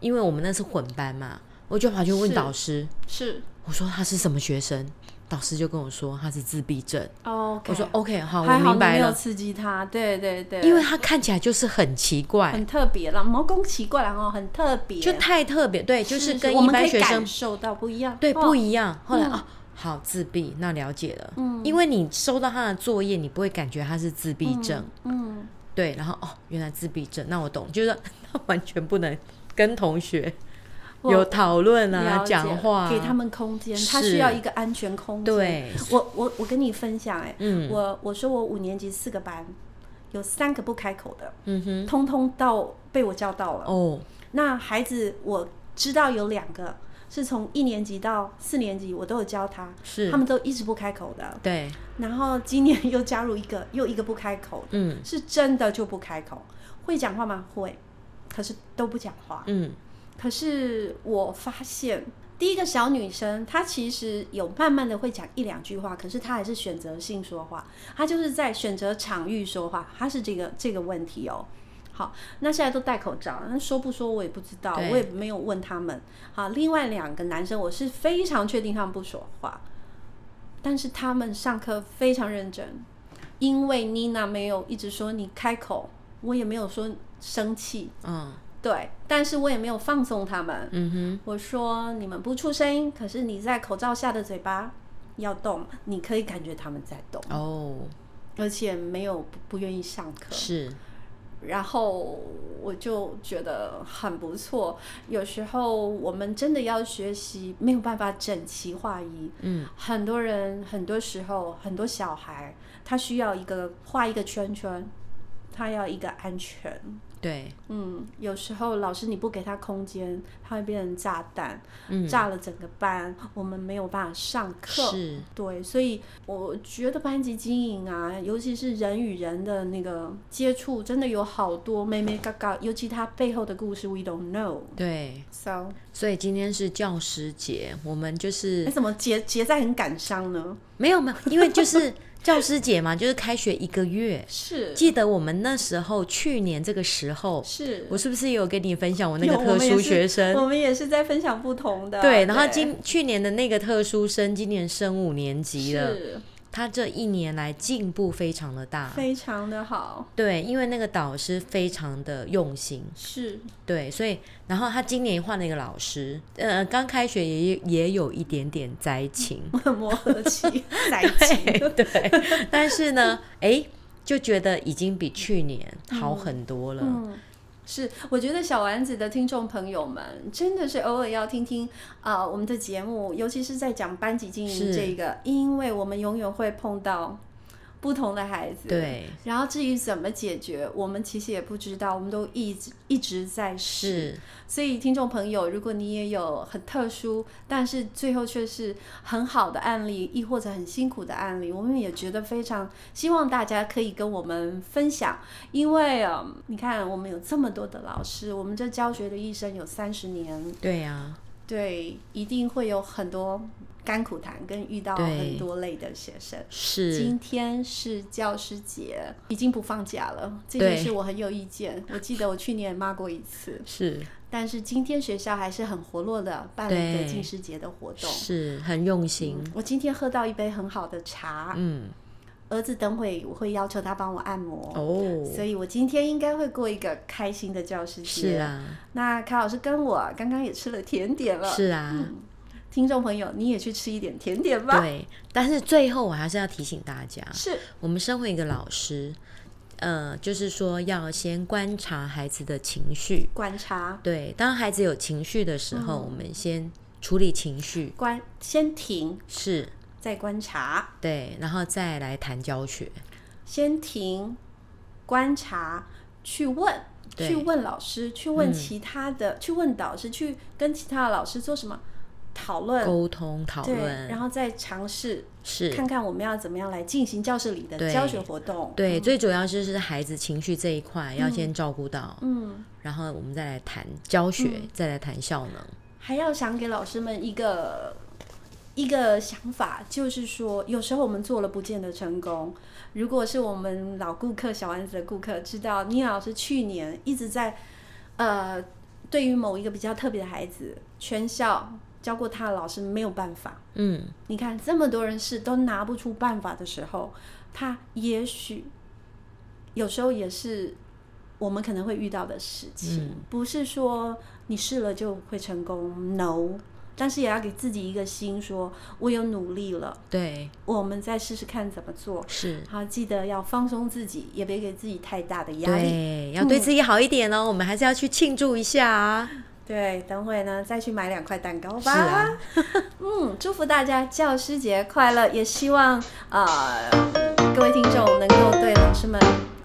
[SPEAKER 2] 因为我们那是混班嘛，我就跑去问
[SPEAKER 1] 是
[SPEAKER 2] 导师，
[SPEAKER 1] 是
[SPEAKER 2] 我说他是什么学生，导师就跟我说他是自闭症。
[SPEAKER 1] 哦，OK。
[SPEAKER 2] 我说 OK，好，我
[SPEAKER 1] 还好
[SPEAKER 2] 明
[SPEAKER 1] 你
[SPEAKER 2] 白
[SPEAKER 1] 没有
[SPEAKER 2] 了，
[SPEAKER 1] 刺激他，对对对，
[SPEAKER 2] 因为他看起来就是很奇怪，
[SPEAKER 1] 很特别啦，毛公奇怪啦哦，很特别，
[SPEAKER 2] 就太特别，对，就是跟
[SPEAKER 1] 我
[SPEAKER 2] 一
[SPEAKER 1] 们可
[SPEAKER 2] 般
[SPEAKER 1] 以
[SPEAKER 2] 学生
[SPEAKER 1] 感受到不一样，
[SPEAKER 2] 对
[SPEAKER 1] 哦
[SPEAKER 2] 不一样。后来哦，好自闭，那了解了，嗯，因为你收到他的作业，你不会感觉他是自闭症，
[SPEAKER 1] 嗯，
[SPEAKER 2] 对，然后哦，原来自闭症，那我懂，就是 他完全不能跟同学
[SPEAKER 1] 我
[SPEAKER 2] 有讨论
[SPEAKER 1] 了
[SPEAKER 2] 啊，
[SPEAKER 1] 解
[SPEAKER 2] 讲话啊，
[SPEAKER 1] 给他们空间，
[SPEAKER 2] 是
[SPEAKER 1] 他需要一个安全空间。
[SPEAKER 2] 对，
[SPEAKER 1] 我我我跟你分享、哎，
[SPEAKER 2] 嗯
[SPEAKER 1] 我我说我五年级四个班，有三个不开口的，
[SPEAKER 2] 嗯哼，
[SPEAKER 1] 通通到被我叫到了。
[SPEAKER 2] 哦，
[SPEAKER 1] 那孩子我知道有两个是从一年级到四年级，我都有教他，
[SPEAKER 2] 是
[SPEAKER 1] 他们都一直不开口的。
[SPEAKER 2] 对，
[SPEAKER 1] 然后今年又加入一个，又一个不开口的，
[SPEAKER 2] 嗯
[SPEAKER 1] 是真的就不开口。会讲话吗？会，可是都不讲话。
[SPEAKER 2] 嗯，
[SPEAKER 1] 可是我发现。第一个小女生，她其实有慢慢的会讲一两句话，可是她还是选择性说话，她就是在选择场域说话，她是这个这个问题哦。好，那现在都戴口罩，那说不说我也不知道，
[SPEAKER 2] 对
[SPEAKER 1] 我也没有问他们。好，另外两个男生，我是非常确定他们不说话，但是他们上课非常认真，因为妮娜没有一直说你开口，我也没有说生气，
[SPEAKER 2] 嗯
[SPEAKER 1] 对，但是我也没有放纵他们。
[SPEAKER 2] 嗯哼。
[SPEAKER 1] 我说你们不出声音，可是你在口罩下的嘴巴要动，你可以感觉他们在动，
[SPEAKER 2] 哦，
[SPEAKER 1] 而且没有不不愿意上课。
[SPEAKER 2] 是，
[SPEAKER 1] 然后我就觉得很不错。有时候我们真的要学习，没有办法整齐划一。
[SPEAKER 2] 嗯，
[SPEAKER 1] 很多人很多时候很多小孩，他需要一个画一个圈圈，他要一个安全。
[SPEAKER 2] 对，
[SPEAKER 1] 嗯，有时候老师你不给他空间，他会变成炸弹，
[SPEAKER 2] 嗯
[SPEAKER 1] 炸了整个班，我们没有办法上课。
[SPEAKER 2] 是，
[SPEAKER 1] 对，所以我觉得班级经营啊，尤其是人与人的那个接触，真的有好多妹妹嘎嘎，尤其他背后的故事，we don't know。
[SPEAKER 2] 对。
[SPEAKER 1] So，
[SPEAKER 2] 所以今天是教师节，我们就是
[SPEAKER 1] 哎，怎么结结在很感伤呢？
[SPEAKER 2] 没有没有，因为就是 教师节嘛，就是开学一个月。
[SPEAKER 1] 是
[SPEAKER 2] 记得我们那时候去年这个时候，
[SPEAKER 1] 是，
[SPEAKER 2] 我是不是也有跟你分享我那
[SPEAKER 1] 有
[SPEAKER 2] 个特
[SPEAKER 1] 我
[SPEAKER 2] 殊学
[SPEAKER 1] 们也是，
[SPEAKER 2] 生？
[SPEAKER 1] 我们也是在分享不同的。
[SPEAKER 2] 对，然后今去年的那个特殊生，今年升五年级了，
[SPEAKER 1] 是
[SPEAKER 2] 他这一年来进步非常的大。
[SPEAKER 1] 非常的好，
[SPEAKER 2] 对，因为那个导师非常的用心，
[SPEAKER 1] 是
[SPEAKER 2] 对，所以然后他今年换了一个老师，呃，刚开学也也有一点点灾情，
[SPEAKER 1] 磨合期在一起。
[SPEAKER 2] 对，但是呢， 哎，就觉得已经比去年好很多了。
[SPEAKER 1] 嗯是，我觉得小丸子的听众朋友们真的是偶尔要听听啊、呃我们的节目，尤其是在讲班级经营
[SPEAKER 2] 是
[SPEAKER 1] 这个，因为我们永远会碰到不同的孩子。。
[SPEAKER 2] 对，
[SPEAKER 1] 然后至于怎么解决，我们其实也不知道，我们都一直一直在试。
[SPEAKER 2] 是
[SPEAKER 1] 所以，听众朋友，如果你也有很特殊，但是最后却是很好的案例，亦或者很辛苦的案例，我们也觉得非常希望大家可以跟我们分享，因为嗯，你看我们有这么多的老师，我们这教学的一生有三十年，
[SPEAKER 2] 对啊呀、
[SPEAKER 1] 对，一定会有很多甘苦谈，跟遇到
[SPEAKER 2] 对
[SPEAKER 1] 很多类的学生。
[SPEAKER 2] 是
[SPEAKER 1] 今天是教师节，已经不放假了，这件
[SPEAKER 2] 对
[SPEAKER 1] 事我很有意见。我记得我去年也骂过一次。
[SPEAKER 2] 是
[SPEAKER 1] 但是今天学校还是很活络的，办了一个
[SPEAKER 2] 对
[SPEAKER 1] 进师节的活动。嗯
[SPEAKER 2] 是很用心，
[SPEAKER 1] 我今天喝到一杯很好的茶，
[SPEAKER 2] 嗯，
[SPEAKER 1] 儿子等会我会要求他帮我按摩，
[SPEAKER 2] 哦，
[SPEAKER 1] 所以我今天应该会过一个开心的教师节。
[SPEAKER 2] 是啊，
[SPEAKER 1] 那卡老师跟我刚刚也吃了甜点了，
[SPEAKER 2] 是啊。
[SPEAKER 1] 听众朋友你也去吃一点甜点吧。
[SPEAKER 2] 对，但是最后我还是要提醒大家，
[SPEAKER 1] 是
[SPEAKER 2] 我们身为一个老师，呃，就是说要先观察孩子的情绪。
[SPEAKER 1] 观察
[SPEAKER 2] 对，当孩子有情绪的时
[SPEAKER 1] 嗯
[SPEAKER 2] 候，我们先处理情绪，
[SPEAKER 1] 观先停
[SPEAKER 2] 是
[SPEAKER 1] 再观察，
[SPEAKER 2] 对，然后再来谈教学。
[SPEAKER 1] 先停观察去问。
[SPEAKER 2] 对嗯
[SPEAKER 1] 去问老师，去问其他的，去问导师，去跟其他的老师做什么讨论，
[SPEAKER 2] 沟通讨
[SPEAKER 1] 对，
[SPEAKER 2] 论，
[SPEAKER 1] 然后再尝试
[SPEAKER 2] 是
[SPEAKER 1] 看看我们要怎么样来进行教室里的
[SPEAKER 2] 对
[SPEAKER 1] 教学活动。
[SPEAKER 2] 对，最主要就是孩子情绪这一
[SPEAKER 1] 嗯
[SPEAKER 2] 块要先照顾到，嗯，然后我们再来谈教学，
[SPEAKER 1] 嗯
[SPEAKER 2] 再来谈效能，
[SPEAKER 1] 还要想给老师们一个一个想法，就是说，有时候我们做了不见得成功。如果是我们老顾客小丸子的顾客，知道倪老师去年一直在呃，对于某一个比较特别的孩子，全校教过他的老师没有办法。
[SPEAKER 2] 嗯，
[SPEAKER 1] 你看这么多人试都拿不出办法的时候，他也许有时候也是我们可能会遇到的事情，不是说你试了就会成功，no。但是也要给自己一个心说我有努力了，
[SPEAKER 2] 对，
[SPEAKER 1] 我们再试试看怎么做。
[SPEAKER 2] 是。
[SPEAKER 1] 好，记得要放松自己，也别给自己太大的压力。
[SPEAKER 2] 对，要对自己好一点哦。我们还是要去庆祝一下啊！
[SPEAKER 1] 对，等会呢再去买两块蛋糕吧。
[SPEAKER 2] 是啊
[SPEAKER 1] 嗯，祝福大家教师节快乐，也希望呃各位听众能够对老师们
[SPEAKER 2] 啊哦